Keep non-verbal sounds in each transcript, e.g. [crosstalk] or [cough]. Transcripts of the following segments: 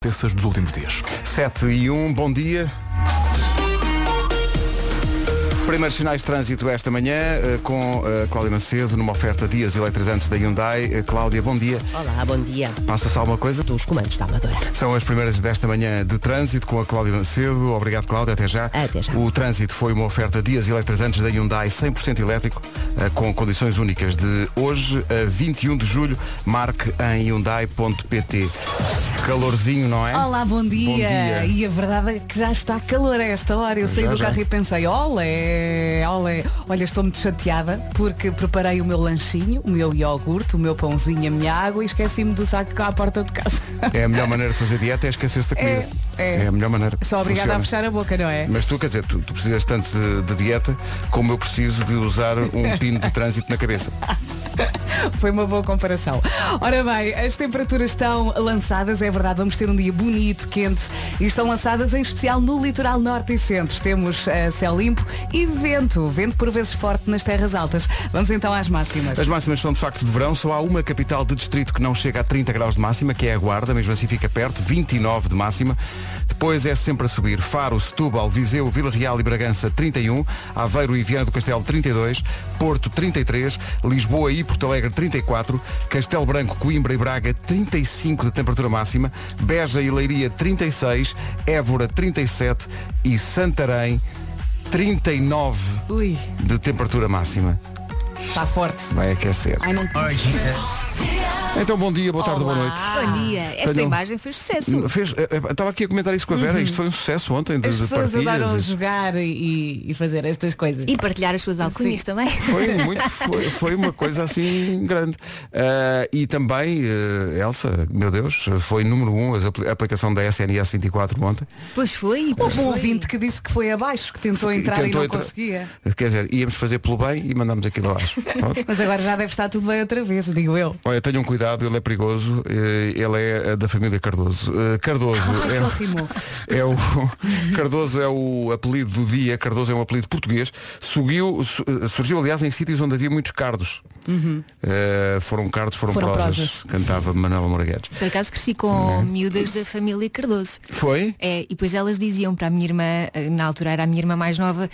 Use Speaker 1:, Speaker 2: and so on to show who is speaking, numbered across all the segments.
Speaker 1: Terças dos últimos dias.
Speaker 2: 7 e 1, bom dia. Primeiros sinais de trânsito esta manhã eh, com eh, Cláudia Macedo numa oferta dias eletrizantes da Hyundai. Eh, Cláudia, bom dia.
Speaker 3: Olá, bom dia.
Speaker 2: Passa-se alguma coisa?
Speaker 3: Dos comandos da Amadora.
Speaker 2: São as primeiras desta manhã de trânsito com a Cláudia Macedo. Obrigado, Cláudia. Até já.
Speaker 3: Até já.
Speaker 2: O trânsito foi uma oferta dias eletrizantes da Hyundai 100% elétrico eh, com condições únicas de hoje a 21 de julho. Marque em hyundai.pt. Calorzinho, não é?
Speaker 4: Olá, bom dia.
Speaker 2: Bom dia.
Speaker 4: E a verdade é que já está calor a esta hora. Eu saí
Speaker 2: Já,
Speaker 4: do
Speaker 2: já.
Speaker 4: carro e pensei, olé, olé. Olha, estou muito chateada porque preparei o meu lanchinho, o meu iogurte, o meu pãozinho, a minha água e esqueci-me do saco cá à porta de casa. [laughs]
Speaker 2: É a melhor maneira de fazer dieta é esquecer-se da comida.
Speaker 4: É, é.
Speaker 2: a melhor maneira.
Speaker 4: Sou obrigada
Speaker 2: Funciona.
Speaker 4: a fechar a boca, não é?
Speaker 2: Mas tu, quer dizer, tu, tu precisas tanto de, de dieta como eu preciso de usar
Speaker 4: [laughs]
Speaker 2: um pino de trânsito na cabeça.
Speaker 4: Foi uma boa comparação. Ora bem, as temperaturas estão lançadas, é verdade, vamos ter um dia bonito, quente, e estão lançadas em especial no litoral norte e centro. Temos eh, céu limpo e vento, vento por vezes forte nas terras altas. Vamos então às máximas.
Speaker 2: As máximas são de facto de verão, só há uma capital de distrito que não chega a 30 graus de máxima, que é a Guarda, mesmo assim fica perto, 29 de máxima. Depois é sempre a subir Faro, Setúbal, Viseu, Vila Real e Bragança 31, Aveiro e Viana do Castelo 32, Porto 33, Lisboa e Porto Alegre 34, Castelo Branco, Coimbra e Braga 35 de temperatura máxima, Beja e Leiria 36, Évora 37 e Santarém 39
Speaker 4: Ui,
Speaker 2: de temperatura máxima.
Speaker 4: está forte.
Speaker 2: Vai aquecer.
Speaker 5: Ai, não te...
Speaker 2: Então bom dia, boa tarde, boa
Speaker 4: Olá.
Speaker 2: noite.
Speaker 5: Bom dia. Esta
Speaker 2: Tenham-
Speaker 5: imagem fez sucesso.
Speaker 2: Fez- eh, eh, Estava aqui a comentar isso com a Vera, isto foi um sucesso ontem de,
Speaker 4: Uhum. As
Speaker 2: de
Speaker 4: pessoas
Speaker 2: partilhas.
Speaker 4: adoram jogar e, e fazer estas coisas.
Speaker 5: E partilhar as suas alcunhas também.
Speaker 4: [laughs]
Speaker 2: Foi, muito, foi, foi uma coisa assim grande. Ah, e também, eh, Elsa, meu Deus, foi número um a apli- a aplicação da SNS 24 ontem.
Speaker 5: [laughs] Pois foi. pois
Speaker 4: Houve um
Speaker 5: foi.
Speaker 4: ouvinte que disse que foi abaixo, que tentou entrar e,
Speaker 2: Tentou
Speaker 4: não
Speaker 2: entrar-
Speaker 4: conseguia.
Speaker 2: Quer dizer, íamos fazer pelo bem e mandámos aquilo
Speaker 4: [laughs]
Speaker 2: abaixo. Pronto.
Speaker 4: Mas agora já deve estar tudo bem outra vez, digo eu.
Speaker 2: Olha, tenham cuidado, ele é perigoso, eh, ele é eh, da família Cardoso. Eh,
Speaker 4: [laughs]
Speaker 2: Cardoso é,
Speaker 4: só rimou.
Speaker 2: [laughs] é o Cardoso é o apelido do dia, Cardoso é um apelido português. Sugiu- su- eh, surgiu, aliás, em sítios onde havia muitos cardos. Eh, foram cardos, foram,
Speaker 4: Uhum. Foram
Speaker 2: prosas,
Speaker 4: prosas.
Speaker 2: cantava Manuela Moraguetes.
Speaker 5: Por acaso cresci com
Speaker 2: é?
Speaker 5: miúdas da família Cardoso.
Speaker 2: Foi?
Speaker 5: É, e depois elas diziam para a minha irmã, eh, na altura era a minha irmã mais nova,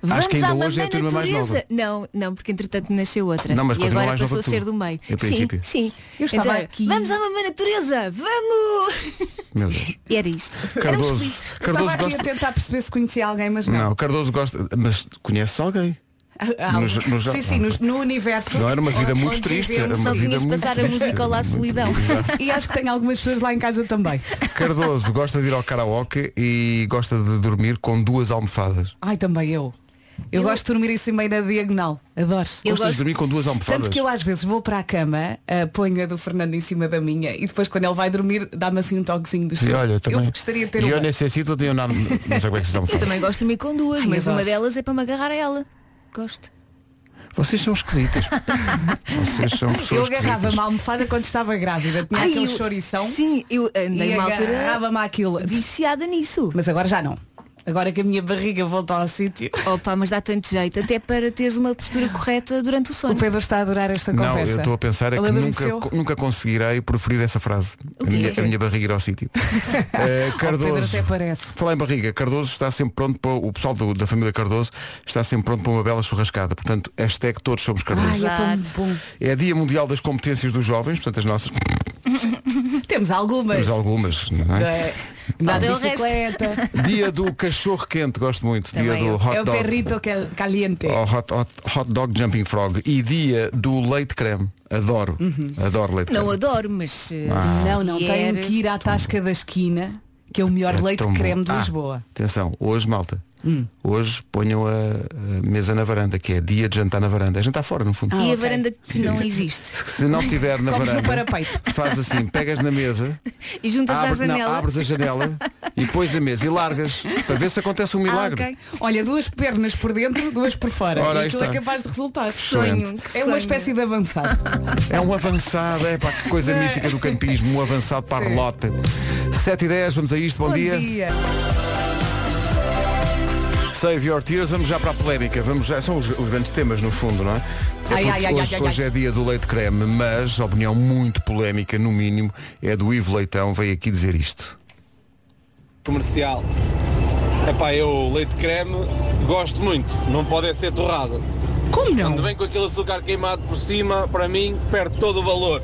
Speaker 5: vamos
Speaker 2: que ainda
Speaker 5: à
Speaker 2: hoje é a
Speaker 5: mamãe
Speaker 2: tua irmã mais
Speaker 5: natureza.
Speaker 2: nova.
Speaker 5: Não, não, porque entretanto nasceu outra.
Speaker 2: Não, mas
Speaker 5: e
Speaker 2: continua
Speaker 5: agora
Speaker 2: mais nova
Speaker 5: passou a
Speaker 2: que tu,
Speaker 5: ser do meio.
Speaker 2: em
Speaker 5: sim,
Speaker 2: princípio.
Speaker 5: sim.
Speaker 4: Eu estava
Speaker 5: Então,
Speaker 4: aqui.
Speaker 5: Vamos à mamãe natureza! Vamos!
Speaker 2: Meu Deus.
Speaker 5: E era isto. Éramos felizes.
Speaker 2: Cardoso, Cardoso
Speaker 4: Estava aqui a
Speaker 2: gosta.
Speaker 4: tentar perceber se conhecia alguém, mas não.
Speaker 2: Não, Cardoso gosta. Mas conheces alguém?
Speaker 4: Há- há
Speaker 2: No
Speaker 4: algo.
Speaker 2: ge- no
Speaker 4: sim,
Speaker 2: ge-
Speaker 4: sim, nos- no, universo.
Speaker 2: Não é? era uma vida
Speaker 4: onde
Speaker 2: muito triste. Era
Speaker 4: vivemos.
Speaker 2: uma
Speaker 5: Só
Speaker 2: vida
Speaker 5: tinhas de
Speaker 2: muito
Speaker 5: passar a
Speaker 2: triste.
Speaker 5: música ao La Solidão.
Speaker 2: Exato.
Speaker 4: E acho que tem algumas pessoas lá em casa também.
Speaker 2: Cardoso gosta de ir ao karaoke e gosta de dormir com duas almofadas.
Speaker 4: Ai, também eu. Eu,
Speaker 5: Eu-
Speaker 4: gosto de dormir em cima e na diagonal. Adoro.
Speaker 5: Eu
Speaker 2: Gostas de
Speaker 5: gosto-
Speaker 2: dormir com duas almofadas?
Speaker 4: Tanto que eu às vezes vou para a cama, ah, ponho a do Fernando em cima da minha e depois quando ele vai dormir dá-me assim um toquezinho do
Speaker 2: Sim, olha, eu também.
Speaker 4: Eu gostaria de ter
Speaker 2: e
Speaker 4: uma.
Speaker 2: eu necessito de um não, não sei como é que vocês
Speaker 5: Eu
Speaker 4: [laughs]
Speaker 2: estão
Speaker 5: também gosto de dormir com duas,
Speaker 4: eu
Speaker 5: mas uma
Speaker 4: gosto.
Speaker 5: delas é para me agarrar a ela. Gosto.
Speaker 2: Vocês são esquisitas. vocês são
Speaker 4: Eu
Speaker 2: pessoas
Speaker 4: agarrava-me
Speaker 2: esquisitas.
Speaker 4: à almofada quando estava grávida. Tinha
Speaker 5: Ai,
Speaker 4: aquele
Speaker 5: eu-
Speaker 4: chorição
Speaker 5: Sim, eu andei
Speaker 4: e
Speaker 5: uma altura
Speaker 4: agarrava-me àquilo.
Speaker 5: viciada nisso.
Speaker 4: Mas agora já não. Agora que a minha barriga voltou ao sítio.
Speaker 5: Opa, mas dá tanto jeito, até para teres uma postura correta durante o
Speaker 4: O
Speaker 5: sono.
Speaker 4: Pedro está a adorar esta
Speaker 2: Não,
Speaker 4: conversa.
Speaker 2: eu estou a pensar é
Speaker 4: Ele
Speaker 2: que
Speaker 4: adormeceu.
Speaker 2: nunca, co- nunca conseguirei proferir essa frase. A
Speaker 5: quê?
Speaker 2: minha, a minha barriga ir ao
Speaker 4: [laughs]
Speaker 2: sítio. Eh, Cardoso.
Speaker 4: Pedro até parece.
Speaker 2: Falar em barriga, Cardoso está sempre pronto para. O pessoal do- da família Cardoso está sempre pronto para uma bela churrascada. Portanto, hashtag todos somos Cardoso.
Speaker 4: Ai, é tão
Speaker 5: Exato.
Speaker 4: bom.
Speaker 2: É Dia Mundial das Competências dos Jovens, portanto as nossas,
Speaker 4: Temos algumas.
Speaker 2: temos algumas, não é?
Speaker 4: É, Dá
Speaker 5: Até o
Speaker 4: bicicleta.
Speaker 2: Dia do cachorro quente, gosto muito. Dia
Speaker 5: Também
Speaker 2: do
Speaker 5: eu.
Speaker 2: hot
Speaker 4: É o
Speaker 2: dog.
Speaker 4: perrito que é caliente.
Speaker 2: Oh, hot, hot, hot dog jumping frog. E dia do leite creme. Adoro.
Speaker 4: Uhum.
Speaker 2: Adoro leite
Speaker 5: Não
Speaker 2: creme.
Speaker 5: adoro,
Speaker 2: Ah.
Speaker 5: mas. eh,
Speaker 4: Não, não,
Speaker 5: se
Speaker 4: tenho
Speaker 5: vier-
Speaker 4: que ir à tasca da esquina, que é o melhor
Speaker 2: É
Speaker 4: leite
Speaker 2: tão bom.
Speaker 4: creme de
Speaker 2: Ah,
Speaker 4: Lisboa.
Speaker 2: Atenção, hoje, malta.
Speaker 4: Hum.
Speaker 2: Hoje ponham a, a mesa na varanda, que é dia de jantar na varanda. É jantar fora, no fundo.
Speaker 4: Ah,
Speaker 5: E
Speaker 4: ok.
Speaker 5: a varanda que não existe.
Speaker 2: Se não tiver na
Speaker 4: [laughs] Comes no
Speaker 2: varanda,
Speaker 4: parapeito.
Speaker 2: faz assim, pegas na mesa,
Speaker 5: E juntas à
Speaker 2: abre- não,
Speaker 5: Então, janela.
Speaker 2: abres a janela e pões a mesa e largas para ver se acontece um
Speaker 5: Ah,
Speaker 2: milagre.
Speaker 5: ok.
Speaker 4: Olha, duas pernas por dentro, duas por fora.
Speaker 2: Ora,
Speaker 4: E
Speaker 2: aí
Speaker 4: aquilo
Speaker 2: está.
Speaker 4: é capaz de resultar.
Speaker 5: Sonho. que
Speaker 4: É uma
Speaker 5: sonho.
Speaker 4: espécie de avançado.
Speaker 2: É um avançado, é pá, que coisa mítica do campismo, um avançado para a relota. 7 e 10, vamos a isto, bom,
Speaker 4: Bom
Speaker 2: dia.
Speaker 4: dia.
Speaker 2: Save Your Tears, vamos já para a polémica, vamos já, são os, os grandes temas no fundo, não é? É
Speaker 4: Ai,
Speaker 2: porque
Speaker 4: ai, ai,
Speaker 2: hoje,
Speaker 4: ai, ai,
Speaker 2: hoje é dia do leite creme, mas a opinião muito polémica, no mínimo, é do Ivo Leitão, veio aqui dizer isto.
Speaker 1: comercial. Epá, eu leite creme gosto muito, não pode é ser torrado.
Speaker 4: Como não?
Speaker 1: Também com aquele açúcar queimado por cima, para mim, perde todo o valor.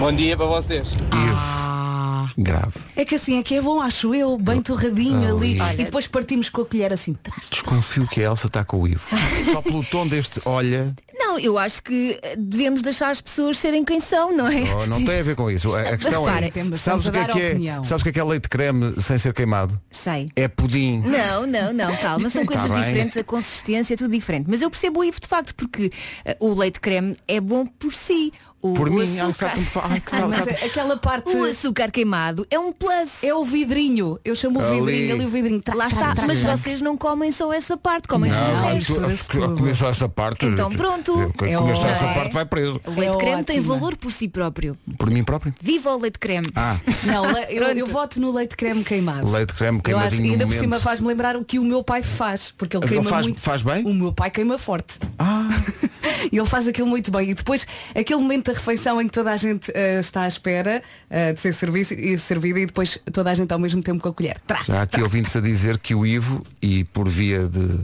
Speaker 1: Bom dia para vocês.
Speaker 4: Ah,
Speaker 2: Grave.
Speaker 4: é que assim é que é bom, acho eu, bem torradinho ali.
Speaker 2: Olha.
Speaker 4: E depois partimos com a colher assim. Traz.
Speaker 2: Desconfio que a Elsa está com o Ivo. [laughs] Só pelo tom deste olha,
Speaker 5: Não, eu acho que eh, devemos deixar as pessoas serem quem são, não é?
Speaker 2: oh, não tem a ver com isso. A, a questão
Speaker 5: Repara,
Speaker 2: é,
Speaker 4: temos-
Speaker 2: sabes
Speaker 4: estamos a
Speaker 2: o que é
Speaker 4: dar
Speaker 2: que é,
Speaker 4: opinião.
Speaker 2: sabes o que é que é leite creme sem ser queimado?
Speaker 5: Sei.
Speaker 2: É pudim.
Speaker 5: Não, não, não, calma, são coisas
Speaker 2: Tá bem.
Speaker 5: diferentes, a consistência é tudo diferente. Mas eu percebo o Ivo de facto, porque eh, o leite creme é bom por si. O,
Speaker 2: Por
Speaker 5: o
Speaker 2: mim, há um
Speaker 5: açúcar...
Speaker 2: bocado que
Speaker 5: [laughs]
Speaker 2: me fala. Ai, que tal,
Speaker 4: Mas é-
Speaker 2: que
Speaker 4: a- aquela parte
Speaker 5: o açúcar queimado é um plus.
Speaker 4: é o vidrinho. Eu chamo o
Speaker 2: Ali.
Speaker 4: vidrinho, ali o vidrinho. Tra-
Speaker 5: Lá
Speaker 4: tra-
Speaker 5: está,
Speaker 4: tra-
Speaker 5: mas
Speaker 4: tra-
Speaker 5: vocês não comem só essa parte, comem
Speaker 2: Não,
Speaker 5: tudo o
Speaker 2: há
Speaker 5: resto.
Speaker 4: resto,
Speaker 2: pessoa-
Speaker 4: desse
Speaker 2: a- a-
Speaker 4: tudo.
Speaker 2: comer só esta parte.
Speaker 5: Então, pronto.
Speaker 2: Quem
Speaker 4: É
Speaker 2: comer só
Speaker 4: ótimo.
Speaker 2: essa
Speaker 5: É.
Speaker 2: parte vai preso.
Speaker 5: O leite
Speaker 4: É
Speaker 5: creme tem
Speaker 4: ótima.
Speaker 5: valor por si próprio.
Speaker 2: Por mim próprio.
Speaker 5: Viva o leite creme.
Speaker 2: Ah,
Speaker 4: Não, le- eu, eu voto no leite creme queimado.
Speaker 2: Leite creme
Speaker 4: Eu
Speaker 2: Um queimadinho
Speaker 4: acho
Speaker 2: no
Speaker 4: que ainda por
Speaker 2: momento.
Speaker 4: cima faz-me lembrar o que o meu pai faz, porque ele
Speaker 2: Ele
Speaker 4: queima
Speaker 2: faz-
Speaker 4: muito.
Speaker 2: faz bem?
Speaker 4: O meu pai queima forte.
Speaker 2: Ah.
Speaker 4: [laughs] E ele faz aquilo muito bem. E depois, aquele momento da refeição em que toda a gente ah, está à espera ah, de ser serviço, e servida e depois toda a gente ao mesmo tempo com a colher. Trá.
Speaker 2: já há aqui ouvindo-se a dizer que o Ivo, e por via de,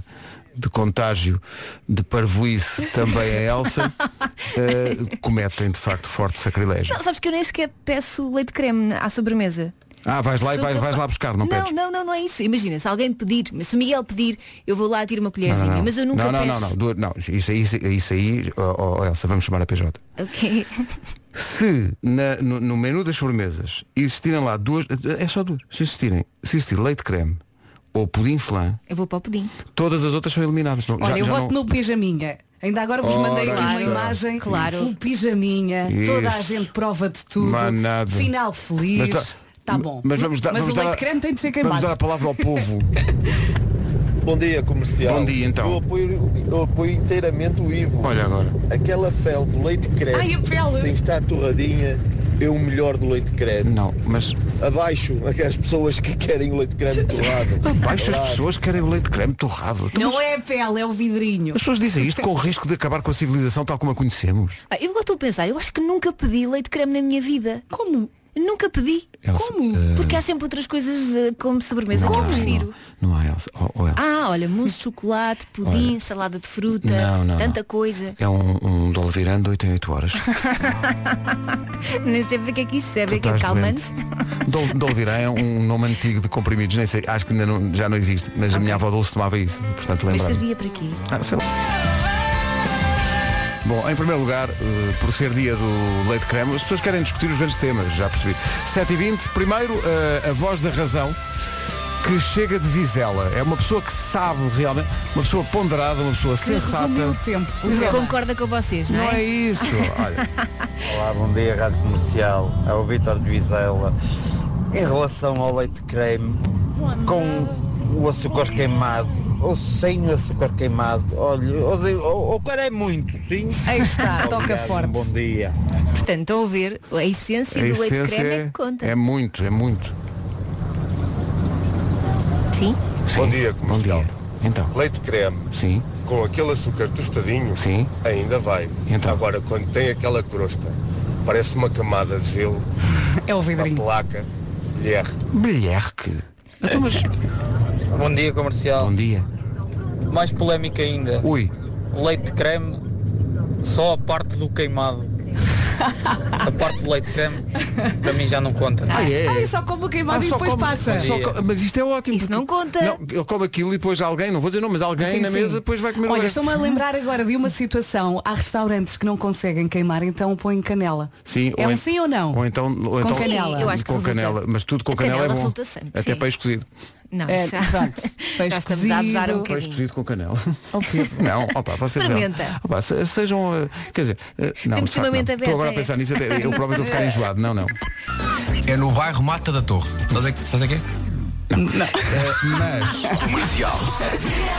Speaker 2: de contágio de parvoíce também a Elsa, eh, cometem de facto forte sacrilégio.
Speaker 5: Não, sabes que eu nem sequer peço leite creme à sobremesa.
Speaker 2: Ah, vais lá e
Speaker 5: Se
Speaker 2: vais,
Speaker 5: o meu
Speaker 2: vais
Speaker 5: pa-
Speaker 2: lá buscar, não,
Speaker 5: não,
Speaker 2: pedes.
Speaker 5: não, não, não é isso. Imagina, se alguém pedir, se o Miguel pedir, eu vou lá e tiro uma colherzinha, mas eu nunca
Speaker 2: não, não,
Speaker 5: peço.
Speaker 2: não, não, duas- não, isso aí, isso, isso aí, ó, ó, Elsa, vamos chamar a PJ.
Speaker 5: Ok. [laughs]
Speaker 2: Se na- no, no menu das sobremesas existirem lá duas, é só duas, se existirem, se existir leite creme ou pudim flan,
Speaker 5: Eu vou para o pudim.
Speaker 2: todas as outras são eliminadas. Não,
Speaker 4: Olha,
Speaker 2: já-
Speaker 4: eu
Speaker 2: já
Speaker 4: voto
Speaker 2: não-
Speaker 4: no pijaminha. Ainda agora vos
Speaker 2: Ora,
Speaker 4: mandei aqui
Speaker 2: aí
Speaker 4: uma
Speaker 2: está.
Speaker 4: imagem.
Speaker 5: Claro.
Speaker 4: O pijaminha. Toda a
Speaker 2: Isso.
Speaker 4: gente prova de tudo.
Speaker 2: Mas nada.
Speaker 4: Final feliz.
Speaker 2: Mas tá-
Speaker 4: Tá bom.
Speaker 2: Mas, vamos dar, vamos
Speaker 4: o
Speaker 2: dar-
Speaker 4: leite creme tem de ser
Speaker 2: Vamos dar a
Speaker 4: queimado.
Speaker 2: palavra ao
Speaker 4: [laughs]
Speaker 2: povo.
Speaker 3: Bom dia, comercial.
Speaker 2: Bom dia, então.
Speaker 3: Eu apoio, eu apoio inteiramente o Ivo.
Speaker 2: Olha agora.
Speaker 3: Aquela pele do leite creme,
Speaker 4: Ai, a pele.
Speaker 3: sem estar torradinha, é o melhor do leite creme.
Speaker 2: Não, mas
Speaker 3: Abaixo, aquelas pessoas que querem o leite creme
Speaker 2: [laughs]
Speaker 3: torrado.
Speaker 2: baixas pessoas querem o leite creme torrado. Então,
Speaker 4: Não é a pele, é o vidrinho.
Speaker 2: As pessoas dizem isto com o risco de acabar com a civilização tal como a conhecemos.
Speaker 5: Ah, eu agora estou a pensar, eu acho que nunca pedi leite creme na minha vida.
Speaker 4: Como?
Speaker 5: Nunca pedi.
Speaker 2: Elsa,
Speaker 5: Como?
Speaker 2: eh,
Speaker 5: Porque há sempre outras coisas eh, como
Speaker 4: É
Speaker 5: sobremesa
Speaker 4: um
Speaker 5: que eu
Speaker 2: há,
Speaker 5: prefiro.
Speaker 2: não, não há Elsa. Oh, oh, Elsa.
Speaker 5: Ah, olha, mousse de chocolate,
Speaker 2: [laughs]
Speaker 5: pudim, salada de
Speaker 4: Ah,
Speaker 5: fruta,
Speaker 2: Não, não,
Speaker 5: tanta
Speaker 2: não.
Speaker 5: coisa.
Speaker 2: É um, um Dolvirando 8 em 8
Speaker 4: [laughs]
Speaker 2: horas.
Speaker 5: Nem sei para que é que isso serve, é que é
Speaker 2: Estás
Speaker 5: calmante.
Speaker 2: doente. Dol, Dolvirã é um nome antigo de comprimidos, nem sei, acho que ainda não- já não existe, mas a minha avó Dulce tomava isso, portanto
Speaker 5: Mas
Speaker 2: lembra
Speaker 5: servia para quê?
Speaker 2: Ah, sei lá. Bom, em primeiro lugar, eh, por ser dia do leite creme, as pessoas querem discutir os grandes temas, já percebi. 7h20, primeiro, eh, a voz da razão, que chega de Vizela. É uma pessoa que sabe realmente, uma pessoa ponderada, uma pessoa
Speaker 4: Resumiu
Speaker 2: sensata.
Speaker 4: o tempo. O tema.
Speaker 5: Concorda com vocês, não
Speaker 2: é. Não é
Speaker 5: é? [laughs]
Speaker 2: isso. Olha,
Speaker 6: Olá, bom dia, Rádio Comercial. É o Vítor de Vizela. Em relação ao leite creme, com o açúcar queimado ou sem o açúcar queimado, olha, ou, ou, ou quer é muito, sim.
Speaker 4: Aí está, toca
Speaker 2: um
Speaker 6: Obrigado,
Speaker 4: forte.
Speaker 6: Bom dia.
Speaker 5: Portanto, estão a ver, a essência
Speaker 2: a
Speaker 5: do leite
Speaker 2: essência
Speaker 5: creme é
Speaker 2: é,
Speaker 5: que conta.
Speaker 2: é muito, é muito.
Speaker 5: Sim?
Speaker 7: Bom dia,
Speaker 2: Bom
Speaker 7: comercial.
Speaker 2: dia. Então,
Speaker 7: Leite creme
Speaker 2: sim,
Speaker 7: com aquele açúcar tostadinho
Speaker 2: Sim.
Speaker 7: ainda vai.
Speaker 2: Então?
Speaker 7: Agora, quando tem aquela crosta, parece uma camada de gelo,
Speaker 4: É o
Speaker 7: uma
Speaker 4: vidrinho.
Speaker 7: placa de lierre.
Speaker 2: bilherque. Então, mas,
Speaker 8: Bom dia comercial.
Speaker 2: bom dia.
Speaker 8: Mais polémica ainda.
Speaker 2: Ui,
Speaker 8: Leite de creme, só a parte do queimado. A parte do leite de creme, para mim já não conta.
Speaker 2: ah, é.
Speaker 4: Ai, só como o queimado
Speaker 2: Ah,
Speaker 4: e
Speaker 2: só
Speaker 4: depois
Speaker 2: come-
Speaker 4: passa.
Speaker 2: só co- mas isto é ótimo.
Speaker 5: Isso
Speaker 2: porque-
Speaker 5: não conta.
Speaker 2: Não, ele come aquilo e depois alguém, não vou dizer não, mas alguém
Speaker 4: Sim,
Speaker 2: na
Speaker 4: sim.
Speaker 2: mesa depois vai comer o
Speaker 4: Olha,
Speaker 2: resto.
Speaker 4: estou-me a lembrar agora de uma situação. Há restaurantes que não conseguem queimar, então põem canela.
Speaker 2: Sim,
Speaker 4: é
Speaker 2: ou
Speaker 4: um
Speaker 2: en-
Speaker 4: sim ou não?
Speaker 2: Ou então, ou
Speaker 4: Com
Speaker 2: então
Speaker 4: canela.
Speaker 5: Eu acho que
Speaker 2: com
Speaker 5: resulta.
Speaker 2: canela, mas tudo com
Speaker 5: A
Speaker 2: canela, é
Speaker 5: canela
Speaker 2: bom.
Speaker 5: resulta sempre,
Speaker 2: Até
Speaker 5: sim.
Speaker 2: peixe cozido.
Speaker 5: Não,
Speaker 4: É,
Speaker 5: isso já, [laughs]
Speaker 4: pronto. Peixe
Speaker 5: já estamos a abusar um
Speaker 4: cozido,
Speaker 2: Peixe
Speaker 5: bocadinho.
Speaker 2: cozido com canela. [laughs] não, opa, vocês
Speaker 5: Experimenta.
Speaker 2: Não. Opa, se- sejam, eh, quer dizer, eh, não, de
Speaker 5: Temos que ter uma
Speaker 2: facto, não.
Speaker 5: mente
Speaker 2: Estou agora a
Speaker 5: aberta,
Speaker 2: pensar
Speaker 5: é.
Speaker 2: nisso, até, eu próprio estou a
Speaker 4: [laughs]
Speaker 2: ficar enjoado. Não, não.
Speaker 9: É no bairro Mata da Torre. Sabes é que- sabes o que é?
Speaker 2: Eh, Mas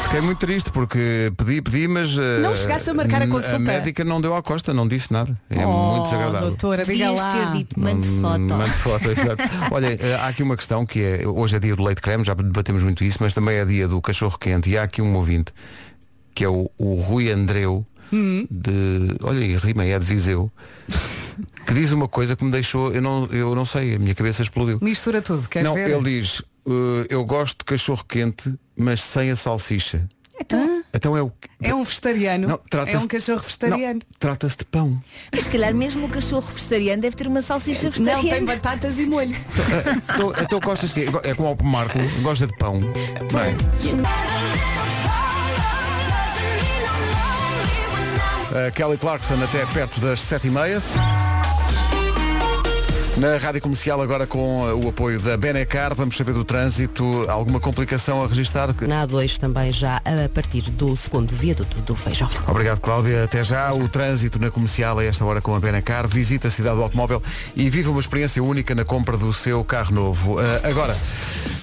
Speaker 2: Fiquei muito triste porque pedi, pedi, mas eh,
Speaker 4: Não chegaste a marcar a
Speaker 2: n-
Speaker 4: consulta?
Speaker 2: A
Speaker 4: Oh,
Speaker 2: médica não deu à costa, não disse nada. É muito desagradável.
Speaker 4: doutora, diga
Speaker 5: Devias
Speaker 4: lá.
Speaker 5: ter dito, mande foto.
Speaker 2: Hum, Mande foto,
Speaker 4: [laughs]
Speaker 2: exato. Olha, eh, há aqui uma questão que é, hoje é dia do leite creme, já debatemos muito isso, mas também é dia do cachorro quente e há aqui um ouvinte, que
Speaker 4: Hum.
Speaker 2: é o, o Rui Andreu, de. Olha aí, rima, é de Viseu, que diz uma coisa que me deixou, eu não, eu não sei, a minha cabeça explodiu.
Speaker 4: Mistura tudo, queres
Speaker 2: não,
Speaker 4: ver?
Speaker 2: ele diz, "Uh, eu gosto de cachorro quente, mas sem a salsicha.
Speaker 5: Então,
Speaker 2: Então é o que.
Speaker 4: É um vegetariano.
Speaker 2: Não,
Speaker 4: é
Speaker 2: trata-se-
Speaker 4: um cachorro vegetariano.
Speaker 2: Não, Trata-se de pão.
Speaker 5: mas se calhar mesmo o cachorro vegetariano deve ter uma salsicha
Speaker 4: Não, tem
Speaker 5: vegetariana.
Speaker 4: batatas e molho.
Speaker 2: Então, então gostas que é como o Marco, gosta de pão. é? Bem. A Kelly Clarkson até perto das sete e meia. Na Rádio Comercial agora com eh, o apoio da Benecar, vamos saber do trânsito, alguma complicação a registrar?
Speaker 10: Na A2 também já a partir do segundo viaduto do Feijão.
Speaker 2: Obrigado, Cláudia. Até já. O trânsito na comercial a esta hora com a Benacar. Visita a cidade do automóvel e viva uma experiência única na compra do seu carro novo. Ah, agora,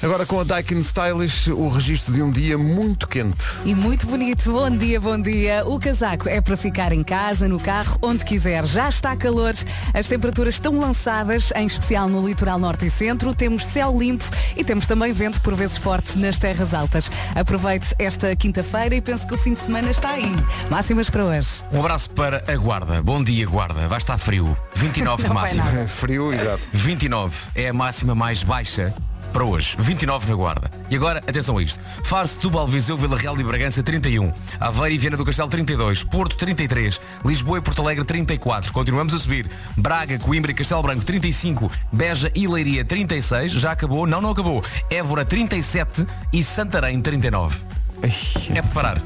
Speaker 2: agora com a Daikin Stylish, o registro de um dia muito quente.
Speaker 4: E muito bonito. Bom dia, bom dia. O casaco é para ficar em casa, no carro, onde quiser. Já está calor, as temperaturas estão lançadas, em especial no litoral norte e centro. Temos céu limpo e temos também vento por vezes forte nas terras altas. Aproveite esta quinta-feira e penso que o fim de semana está aí. Máximas para hoje.
Speaker 9: Um abraço para a Guarda. Bom dia, Guarda. Vai estar frio.
Speaker 4: [laughs]
Speaker 9: 29 de
Speaker 4: Não vai
Speaker 9: máxima.
Speaker 4: nada.
Speaker 2: É frio, exato.
Speaker 9: 29 é a máxima mais baixa para hoje. 29 na Guarda. E agora, atenção a isto. Faro, Setúbal, Viseu, Vila Real e Bragança 31. Aveiro e Viana do Castelo 32. Porto 33. Lisboa e Porto Alegre 34. Continuamos a subir. Braga, Coimbra e Castelo Branco 35. Beja e Leiria 36. Já acabou? Não, não acabou. Évora 37 e Santarém 39. É preparar.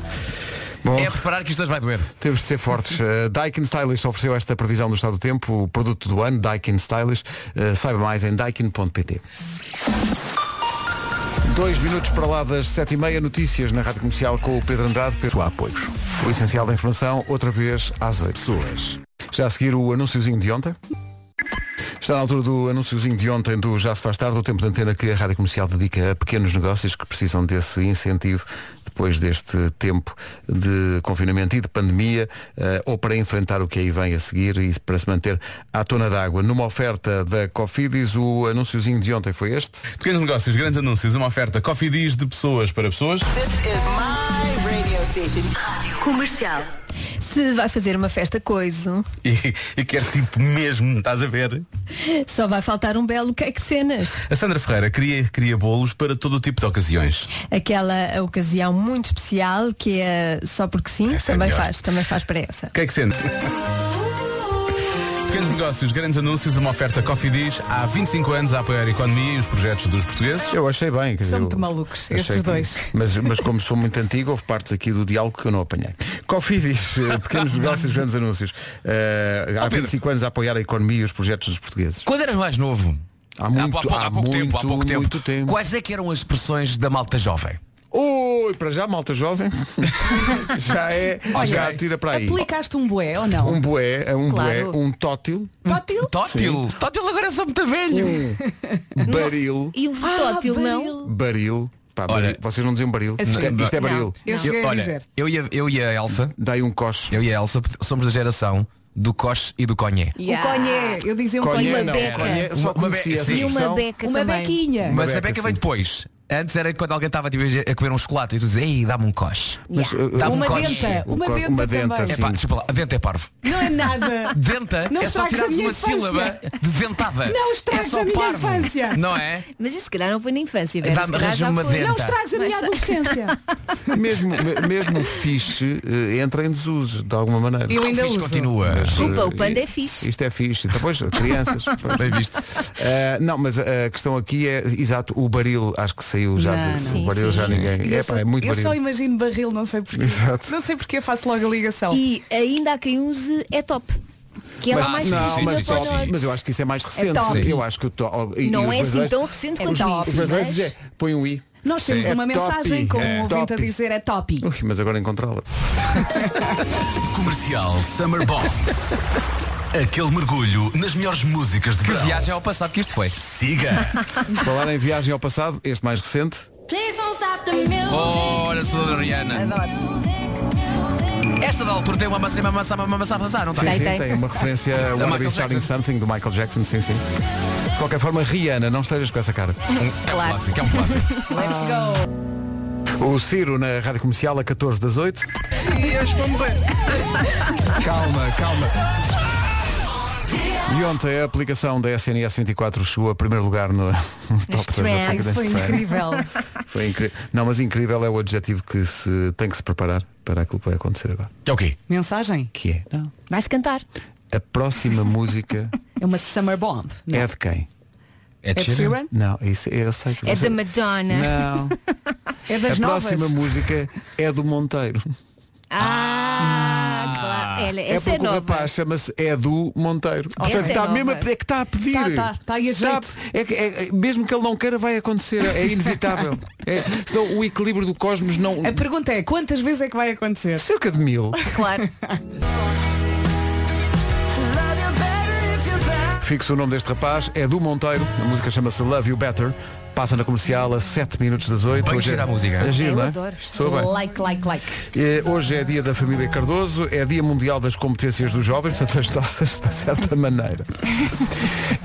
Speaker 2: Bom,
Speaker 9: É preparar que isto hoje vai doer.
Speaker 2: temos de ser fortes. Ah, Daikin Stylish ofereceu esta previsão do estado do tempo, o produto do ano, Daikin Stylish. Ah, saiba mais em daikin.pt. Dois minutos para lá das sete e meia, notícias na Rádio Comercial com o Pedro Andrade. Pedro, há apoios. O essencial da informação, outra vez, às oito. Pessoas. Já a seguir o anúnciozinho de ontem. Está na altura do anúnciozinho de ontem do Já se faz tarde, o tempo de antena que a Rádio Comercial dedica a pequenos negócios que precisam desse incentivo depois deste tempo de confinamento e de pandemia, eh, ou para enfrentar o que aí vem a seguir e para se manter à tona d'água. Numa oferta da Cofidis, o anúnciozinho de ontem foi este.
Speaker 7: Pequenos negócios, grandes anúncios, uma oferta Coffee Diz de pessoas para pessoas.
Speaker 10: Comercial.
Speaker 5: Se vai fazer uma festa coiso,
Speaker 7: E, e quer tipo mesmo, estás a ver?
Speaker 5: só vai faltar um belo cake cenas.
Speaker 7: A Sandra Ferreira cria, cria bolos para todo o tipo de ocasiões.
Speaker 5: Aquela ocasião muito especial que é só porque sim,
Speaker 7: Essa é
Speaker 5: também
Speaker 7: melhor.
Speaker 5: faz, também faz para essa.
Speaker 7: O que é que sente? Pequenos negócios, grandes anúncios, uma oferta Coffee Diz há 25 anos a apoiar a economia e os projetos dos portugueses.
Speaker 2: Eu achei bem. quer dizer,
Speaker 4: muito
Speaker 2: eu
Speaker 4: malucos,
Speaker 2: achei
Speaker 4: estes
Speaker 2: que-
Speaker 4: dois.
Speaker 2: Mas, mas como sou muito antigo, houve partes aqui do diálogo que eu não apanhei. Cofidis, eh, pequenos negócios, grandes anúncios. Eh, há
Speaker 9: Oh, Pedro.
Speaker 2: 25 anos a apoiar a economia e os projetos dos portugueses.
Speaker 9: Quando eras mais novo?
Speaker 2: Há muito-
Speaker 9: pou-
Speaker 2: há muito, muito tempo.
Speaker 9: Quais é que eram as expressões da malta jovem?
Speaker 2: Oi, para já, malta jovem. já é, já tira para aí.
Speaker 4: Aplicaste um bué ou não?
Speaker 2: Um bué, é um
Speaker 5: Claro.
Speaker 2: bué, um tótil,
Speaker 4: Tótil?
Speaker 9: Tótil. Tótil agora é só muito velho. Ah,
Speaker 2: um baril,
Speaker 5: E um tótil, não?
Speaker 2: baril. Pá,
Speaker 9: Olha.
Speaker 2: baril. Vocês não diziam baril.
Speaker 4: Assim,
Speaker 2: Isto é- Isto é
Speaker 9: não.
Speaker 2: baril.
Speaker 4: Eu cheguei
Speaker 9: Eu-
Speaker 4: a
Speaker 9: olha,
Speaker 4: dizer.
Speaker 9: Eu e, a, eu e a Elsa,
Speaker 2: Dai um coche.
Speaker 9: eu e a Elsa somos da geração do coche e do conhé.
Speaker 4: O conhé, eu dizia um conhé.
Speaker 5: uma
Speaker 2: não,
Speaker 5: beca.
Speaker 2: conhé,
Speaker 9: Uma-
Speaker 2: só
Speaker 9: uma
Speaker 2: conhecia
Speaker 9: beca,
Speaker 2: essa
Speaker 9: sim.
Speaker 5: E uma
Speaker 2: expressão.
Speaker 5: beca
Speaker 4: Uma
Speaker 5: também.
Speaker 4: bequinha.
Speaker 9: Mas a
Speaker 2: beca,
Speaker 9: beca
Speaker 2: sim.
Speaker 9: veio depois. Antes era quando alguém estava tipo, a comer um chocolate e tu dizes, ei, dá-me um coche.
Speaker 2: Mas,
Speaker 5: Yeah.
Speaker 2: eh,
Speaker 9: Dá-me
Speaker 4: Uma
Speaker 9: um coche.
Speaker 4: denta,
Speaker 2: Um
Speaker 4: uma
Speaker 2: co-
Speaker 4: denta,
Speaker 2: uma denta,
Speaker 9: É
Speaker 4: também.
Speaker 2: sim.
Speaker 9: pá, desculpa lá, denta é parvo.
Speaker 4: Não é
Speaker 9: [laughs]
Speaker 4: nada.
Speaker 9: Denta
Speaker 4: Não
Speaker 9: é só
Speaker 4: estragues a
Speaker 9: tirares
Speaker 4: minha
Speaker 9: uma
Speaker 4: infância.
Speaker 9: sílaba de dentada.
Speaker 4: Não
Speaker 9: é
Speaker 4: estragues
Speaker 9: só
Speaker 4: a minha
Speaker 9: parvo.
Speaker 4: infância.
Speaker 9: Não é?
Speaker 5: Mas isso se calhar não foi na infância, Vera.
Speaker 9: Vá-me
Speaker 5: se calhar já
Speaker 9: arranja uma
Speaker 5: foi.
Speaker 9: denta.
Speaker 4: Não estragues a
Speaker 5: Mas
Speaker 4: minha
Speaker 5: tá-
Speaker 4: adolescência.
Speaker 2: Mesmo, mesmo o fixe eh, entra em desuso, de alguma maneira.
Speaker 4: Eu ainda
Speaker 9: O fixe
Speaker 4: uso.
Speaker 9: continua.
Speaker 5: Desculpa, o
Speaker 2: eh,
Speaker 5: panda é fixe.
Speaker 2: Isto é fixe. Depois,
Speaker 4: [laughs]
Speaker 2: crianças. pois.
Speaker 9: Bem visto.
Speaker 2: Eh, não, mas a, a questão aqui é, exato, o baril acho que saiu já.
Speaker 4: Não,
Speaker 2: de-
Speaker 4: não.
Speaker 2: o
Speaker 5: Sim,
Speaker 2: baril
Speaker 5: sim.
Speaker 2: já ninguém. É,
Speaker 4: eu
Speaker 2: pá,
Speaker 4: só,
Speaker 2: é muito
Speaker 4: eu
Speaker 2: baril.
Speaker 4: só imagino barril, não sei porquê.
Speaker 2: Exato.
Speaker 4: Não sei porquê, faço logo a ligação.
Speaker 5: E ainda há quem use é top. Que é lá mais
Speaker 2: não,
Speaker 5: fixe
Speaker 2: mas,
Speaker 5: na
Speaker 2: top,
Speaker 5: zona norte.
Speaker 2: mas eu acho que isso é mais recente.
Speaker 5: top.
Speaker 2: Sim. Eu acho que o top. e- e os
Speaker 5: Não é assim
Speaker 2: brasileiros-
Speaker 5: tão
Speaker 4: É
Speaker 5: recente quanto
Speaker 4: top.
Speaker 5: isso.
Speaker 2: Os brasileiros dizem, põe um i.
Speaker 4: Nós temos
Speaker 2: Sim.
Speaker 4: uma
Speaker 2: É
Speaker 4: mensagem
Speaker 2: topi,
Speaker 4: com
Speaker 2: é.
Speaker 4: um ouvinte a
Speaker 2: Topi.
Speaker 4: dizer é topi.
Speaker 2: Ui, mas agora encontrá-la.
Speaker 7: Comercial Summer Bombs. Aquele mergulho nas melhores músicas de
Speaker 9: Que viagem ao passado que isto foi.
Speaker 7: Siga.
Speaker 2: Falar em viagem ao passado, este mais recente.
Speaker 5: Hum.
Speaker 9: Olha, sou da Rihanna. Esta da altura tem uma maçã, uma maçã, uma maçã, uma maçã, não
Speaker 2: Sim,
Speaker 9: tem?
Speaker 2: sim,
Speaker 5: tem.
Speaker 2: tem uma referência a Wanna Be
Speaker 9: É Michael
Speaker 2: Starting
Speaker 9: Jackson.
Speaker 2: Something do Michael Jackson, sim, sim. De qualquer forma, Rihanna, não estejas com essa
Speaker 5: [laughs]
Speaker 2: cara.
Speaker 9: É um
Speaker 5: Claro.
Speaker 9: clássico, é um
Speaker 5: [laughs]
Speaker 9: clássico.
Speaker 2: O Ciro na Rádio Comercial a 14 das 8. Calma, calma. E ontem a aplicação da SNS 24 chegou a primeiro lugar no [laughs] top das
Speaker 4: trends.
Speaker 2: aplicações.
Speaker 4: Foi incrível.
Speaker 2: Foi incrível. Não, mas incrível é o adjetivo que se tem que se preparar para aquilo que vai acontecer agora.
Speaker 9: Que é o quê?
Speaker 4: Mensagem?
Speaker 2: Que é?
Speaker 5: Vais cantar.
Speaker 2: A próxima música
Speaker 4: É uma summer bomb.
Speaker 2: é de quem?
Speaker 9: É
Speaker 4: de Ed Sheeran? Sheeran?
Speaker 2: Não, isso eu sei que
Speaker 5: É
Speaker 2: você-
Speaker 5: da Madonna.
Speaker 2: Não.
Speaker 4: É [laughs] das
Speaker 2: a
Speaker 4: novas.
Speaker 2: próxima música é do Monteiro.
Speaker 5: Ah, claro. Ela, essa é,
Speaker 2: é porque o
Speaker 5: nova.
Speaker 2: rapaz chama-se Edu Monteiro. Portanto,
Speaker 5: é
Speaker 2: está
Speaker 5: nova.
Speaker 2: mesmo a, é que está a pedir.
Speaker 4: Tá, tá, tá aí a
Speaker 2: Está-
Speaker 4: jeito.
Speaker 2: é que- é- é- mesmo que ele não queira, vai acontecer. É
Speaker 4: [laughs]
Speaker 2: inevitável. É, senão o equilíbrio do cosmos não.
Speaker 4: A pergunta é quantas vezes é que vai acontecer?
Speaker 2: Cerca de mil.
Speaker 5: Claro.
Speaker 2: Fixo o nome deste rapaz, é do Monteiro. A música chama-se Love You Better. Passa na comercial a 7 minutos das 8.
Speaker 9: Bem gira a música.
Speaker 2: É giro,
Speaker 5: Eu
Speaker 2: não é?
Speaker 5: adoro.
Speaker 2: Isto soa bem.
Speaker 5: Like, like, like.
Speaker 2: Eh, Hoje é dia da família Cardoso, é dia mundial das competências dos jovens, portanto as nossas, de certa maneira.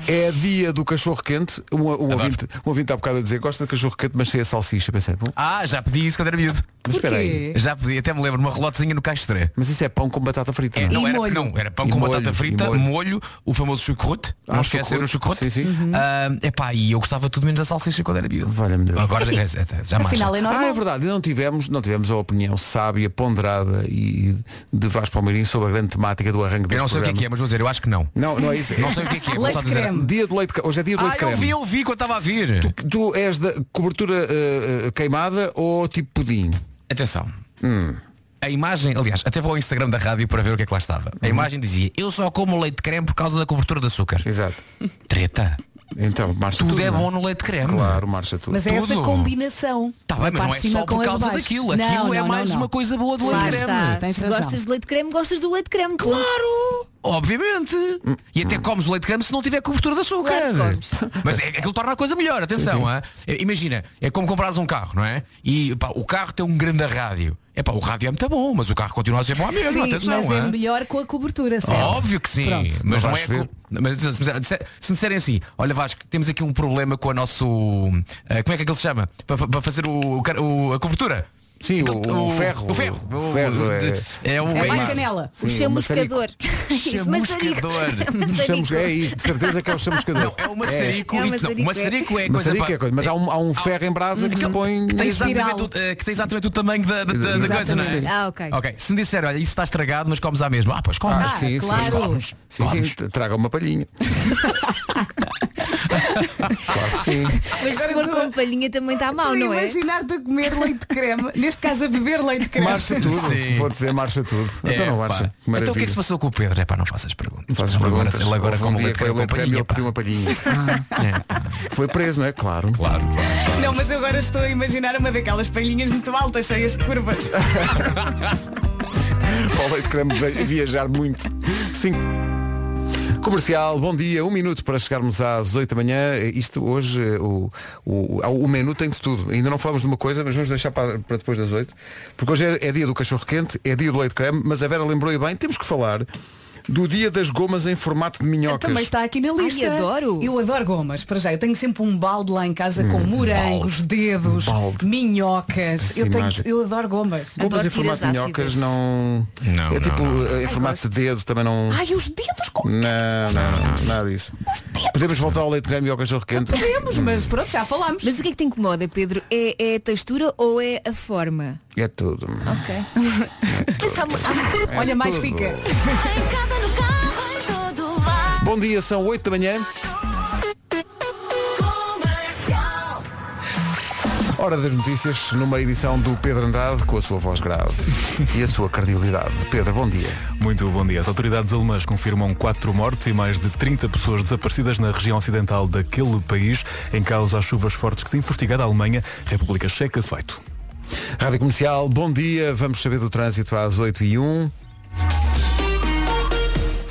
Speaker 2: É dia do cachorro quente. Um, um ouvinte, um ouvinte há bocado a dizer, gosta de cachorro quente, mas sem a salsicha. Pensei, bom,
Speaker 9: Ah, já pedi isso quando era miúdo.
Speaker 2: mas espera aí.
Speaker 4: Porquê?
Speaker 9: Já pedi, até me lembro, uma relotezinha no caixotré.
Speaker 2: Mas isso é pão com batata frita.
Speaker 9: É,
Speaker 2: não
Speaker 9: [laughs] não,
Speaker 2: é?
Speaker 4: E
Speaker 9: era,
Speaker 4: molho.
Speaker 9: não, era pão
Speaker 2: E
Speaker 9: com
Speaker 2: molho,
Speaker 9: batata frita,
Speaker 2: e
Speaker 9: molho.
Speaker 2: molho.
Speaker 9: o famoso chucrute,
Speaker 2: Ah,
Speaker 9: não esquecer o chucrute.
Speaker 2: chucrute, sim, sim.
Speaker 9: Ah, epá, e eu gostava tudo menos da salsicha quando era miúdo.
Speaker 2: Valha-me
Speaker 4: Uhum.
Speaker 2: Deus.
Speaker 9: Agora é, é, é, jamais.
Speaker 5: Afinal, é normal.
Speaker 2: Ah, é verdade, não tivemos, não tivemos a opinião sábia, ponderada e de Vasco Palmeirim sobre a grande temática do arranque
Speaker 9: eu
Speaker 2: deste
Speaker 9: não sei o que é que é,
Speaker 2: programa.
Speaker 9: mas vou dizer, eu acho que não.
Speaker 2: Não, não é isso.
Speaker 9: Não sei o que é que é, vou
Speaker 4: Leite
Speaker 9: só dizer.
Speaker 4: creme.
Speaker 2: Dia do leite de ca- Hoje é dia do
Speaker 9: Ah,
Speaker 2: leite de
Speaker 9: eu
Speaker 2: creme.
Speaker 9: vi, eu vi quando estava a vir.
Speaker 2: Tu és da cobertura eh, eh, queimada ou tipo pudim?
Speaker 9: Atenção.
Speaker 2: Hum.
Speaker 9: A imagem, aliás, até vou ao Instagram da rádio para ver o que é que lá estava.
Speaker 2: Uhum.
Speaker 9: A imagem dizia, eu só como leite de creme por causa da cobertura de açúcar.
Speaker 2: Exato.
Speaker 9: Treta.
Speaker 2: Então, marcha
Speaker 9: Tudo, é
Speaker 2: não
Speaker 9: bom no leite de creme.
Speaker 2: Claro, marcha tudo.
Speaker 4: Mas é essa
Speaker 9: Tudo.
Speaker 4: combinação.
Speaker 9: Tá bem,
Speaker 4: A
Speaker 9: mas não
Speaker 4: parte
Speaker 9: é
Speaker 4: de cima
Speaker 9: só
Speaker 4: com a
Speaker 9: por
Speaker 4: de
Speaker 9: causa
Speaker 4: baixo.
Speaker 9: daquilo. Aquilo
Speaker 4: Não,
Speaker 9: é
Speaker 4: não,
Speaker 9: mais
Speaker 4: não,
Speaker 9: uma
Speaker 4: não.
Speaker 9: coisa boa do leite
Speaker 5: Lá
Speaker 9: de creme.
Speaker 5: está.
Speaker 4: Tens
Speaker 5: Se
Speaker 4: razão.
Speaker 5: gostas de leite de creme, gostas do leite de creme. ponto.
Speaker 9: Claro! Obviamente! E até comes o leite de creme se não tiver cobertura de açúcar.
Speaker 5: Claro que comes.
Speaker 9: [laughs] Mas é, aquilo torna a coisa melhor, atenção. hã? É, Imagina, é como comprares um carro, não é? E pá, o carro tem um grande rádio. É pá, o rádio é muito bom, mas o carro continua a ser bom à mesma,
Speaker 4: Sim,
Speaker 9: atenção.
Speaker 4: mas é
Speaker 9: hã?
Speaker 4: melhor com a cobertura,
Speaker 2: Tá.
Speaker 4: certo?
Speaker 9: É Óbvio que sim,
Speaker 4: Pronto.
Speaker 9: mas
Speaker 2: Não
Speaker 9: não,
Speaker 2: vai
Speaker 9: é.
Speaker 2: chover.
Speaker 9: co- Mas se me disser- se me disserem assim, olha Vasco, temos aqui um problema com o nosso. eh, como é que aquilo se chama? Para, para fazer o, car- o- a cobertura?
Speaker 2: Sim,
Speaker 9: Aquele-
Speaker 2: o- o ferro.
Speaker 9: O ferro.
Speaker 2: O ferro é-
Speaker 9: de- é o
Speaker 4: É lá
Speaker 9: isso.
Speaker 4: a canela.
Speaker 5: O
Speaker 2: Sim, o maçarico.
Speaker 5: chamuscador. [laughs] Isso, maçarico.
Speaker 9: Chamuscador.
Speaker 5: Maçarico.
Speaker 2: Chamus- É aí, de certeza que é o chamuscador.
Speaker 9: Não, é o maçarico.
Speaker 5: É. É o
Speaker 9: e- não,
Speaker 5: maçarico,
Speaker 9: o maçarico é,
Speaker 2: É.
Speaker 9: coisa
Speaker 2: Maçarico
Speaker 9: pa-
Speaker 2: é coisa, mas há um, há um ferro em brasa que se põe.
Speaker 9: Uhum. que tem,
Speaker 4: espiral.
Speaker 9: exatamente o, eh, que tem exatamente o tamanho da, da- da- da coisa, não é?
Speaker 5: Exatamente. Ah, ok.
Speaker 9: Ok. Se me disser, olha, isso está estragado, mas comes à mesma. Ah, pois comes.
Speaker 2: Ah, sim,
Speaker 4: claro.
Speaker 2: sim.
Speaker 9: Comes.
Speaker 2: Sim, sim, traga
Speaker 9: [laughs]
Speaker 2: uma palhinha. claro que sim.
Speaker 5: Mas se for com palhinha também está mal,
Speaker 4: Estou
Speaker 5: não
Speaker 4: a
Speaker 5: é?
Speaker 4: imaginar-te a comer leite de [laughs] creme, neste caso a beber leite de creme.
Speaker 2: Marcha tudo.
Speaker 9: Sim.
Speaker 2: Vou dizer marcha tudo. então
Speaker 9: É,
Speaker 2: não
Speaker 9: pá.
Speaker 2: marcha.
Speaker 9: Então o que é que
Speaker 2: maravilha.
Speaker 9: se passou com o Pedro? É pá, não faças perguntas.
Speaker 2: Fazes
Speaker 9: Ele agora-
Speaker 2: perguntas.
Speaker 9: Ele agora
Speaker 2: Houve um
Speaker 9: como
Speaker 2: dia
Speaker 9: leite
Speaker 2: que foi
Speaker 9: creme
Speaker 2: o leite de creme e
Speaker 9: companhia,
Speaker 2: ele
Speaker 9: pá.
Speaker 2: pediu uma palhinha. Foi preso, não é? Claro.
Speaker 9: Claro,
Speaker 4: Não, mas eu agora estou a imaginar uma daquelas palhinhas muito altas, cheias de curvas.
Speaker 2: Ah, Para o leite de creme vai viajar muito. Sim. Comercial, bom dia, um minuto para chegarmos às 8 da manhã. Isto hoje, eh, o, o, o menu tem de tudo. Ainda não falamos de uma coisa, mas vamos deixar para, para depois das 8. Porque hoje é, é dia do cachorro quente, é dia do leite de creme, mas a Vera lembrou e bem, temos que falar do dia das gomas em formato de minhocas.
Speaker 4: Também está aqui na lista.
Speaker 5: Ai, adoro.
Speaker 4: Eu adoro gomas. Para já, eu tenho sempre um balde lá em casa com morangos, dedos,
Speaker 2: Hum, balde.
Speaker 4: minhocas.
Speaker 2: Essa
Speaker 4: eu, tenho,
Speaker 2: imagem.
Speaker 4: eu adoro gomas.
Speaker 5: Adoro
Speaker 2: Gomas em
Speaker 5: tiras
Speaker 2: formato de minhocas
Speaker 5: ácidas.
Speaker 2: não.
Speaker 9: Não,
Speaker 2: é
Speaker 9: não,
Speaker 2: tipo
Speaker 9: não,
Speaker 2: eh, em formato de dedo, também não.
Speaker 5: Ai, os dedos com...
Speaker 2: Não, não, não, nada disso. Podemos voltar ao leite de creme e ao cachorro quente.
Speaker 4: Temos, mas pronto, já falámos.
Speaker 5: Mas o que é que te incomoda, Pedro? É, é a textura ou é a forma?
Speaker 2: É tudo. [laughs]
Speaker 5: Ok. Mas há uma-
Speaker 2: É.
Speaker 4: Olha, mais
Speaker 2: tudo.
Speaker 4: fica.
Speaker 2: Bom dia, são 8 da manhã. Hora das notícias, numa edição do Pedro Andrade com a sua voz grave e a sua credibilidade. Pedro, bom dia.
Speaker 7: Muito bom dia. As autoridades alemãs confirmam quatro mortes e mais de 30 pessoas desaparecidas na região ocidental daquele país, em causa às chuvas fortes que têm fustigado a Alemanha, República Checa, Sueto.
Speaker 2: Rádio Comercial, bom dia. Vamos saber do trânsito às 8 e 1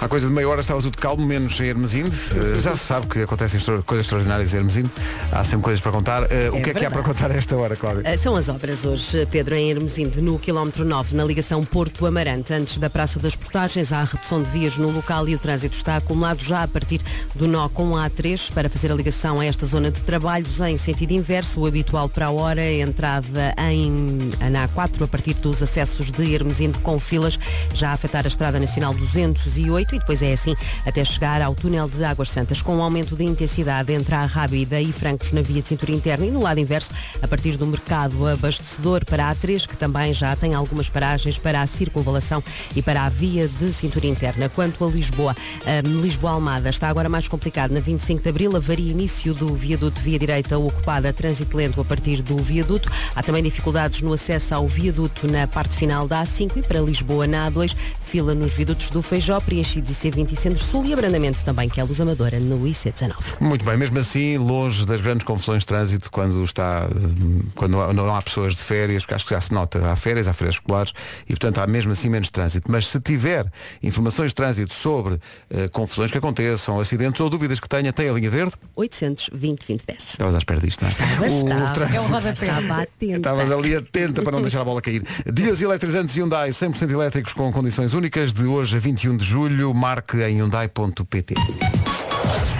Speaker 2: Há coisa de meia hora estava tudo calmo, menos em Hermesinde. Eh, já se sabe que acontecem extra- coisas extraordinárias em Hermesinde. Há sempre coisas para contar. Eh, o que é que há
Speaker 10: verdade.
Speaker 2: para contar a esta hora, Cláudia?
Speaker 10: Ah, São as obras hoje, Pedro, em Hermesinde, no quilómetro 9, na ligação Porto Amarante. Antes da Praça das Portagens, há a redução de vias no local e o trânsito está acumulado já a partir do nó com A3 para fazer a ligação a esta zona de trabalhos em sentido inverso, o habitual para a hora, a entrada em na A4 a partir dos acessos de Hermesinde com filas, já a afetar a Estrada Nacional 208 e depois é assim até chegar ao túnel de Águas Santas, com um aumento de intensidade entre a Rábida e Francos na via de cintura interna e no lado inverso, a partir do mercado abastecedor para a A3, que também já tem algumas paragens para a circunvalação e para a via de cintura interna. Quanto a Lisboa, hum, Lisboa-Almada está agora mais complicado na 25 de Abril, avaria início do viaduto via direita ocupada, trânsito lento a partir do viaduto. Há também dificuldades no acesso ao viaduto na parte final da A5 e para Lisboa na A2, fila nos viadutos do Feijó, preenchidos IC20 e Centro-Sul e abrandamento também que é Luz Amadora no IC19.
Speaker 2: Muito bem, mesmo assim, longe das grandes confusões de trânsito quando está eh, quando não há- não há pessoas de férias, porque acho que já se nota, há férias, há férias escolares e portanto há mesmo assim menos trânsito. Mas se tiver informações de trânsito sobre eh, confusões que aconteçam, acidentes ou dúvidas que tenha, tem a linha verde?
Speaker 10: 820 2010.
Speaker 2: Estavas à espera disto, não é?
Speaker 10: Mas
Speaker 2: O
Speaker 10: está,
Speaker 2: trânsito-
Speaker 10: é um rodapé. Estava atento.
Speaker 2: Estavas ali atenta para não deixar a bola cair. Dias eletrizantes Hyundai, 100% elétricos com condições únicas, de hoje a 21 de julho, marque em Hyundai.pt.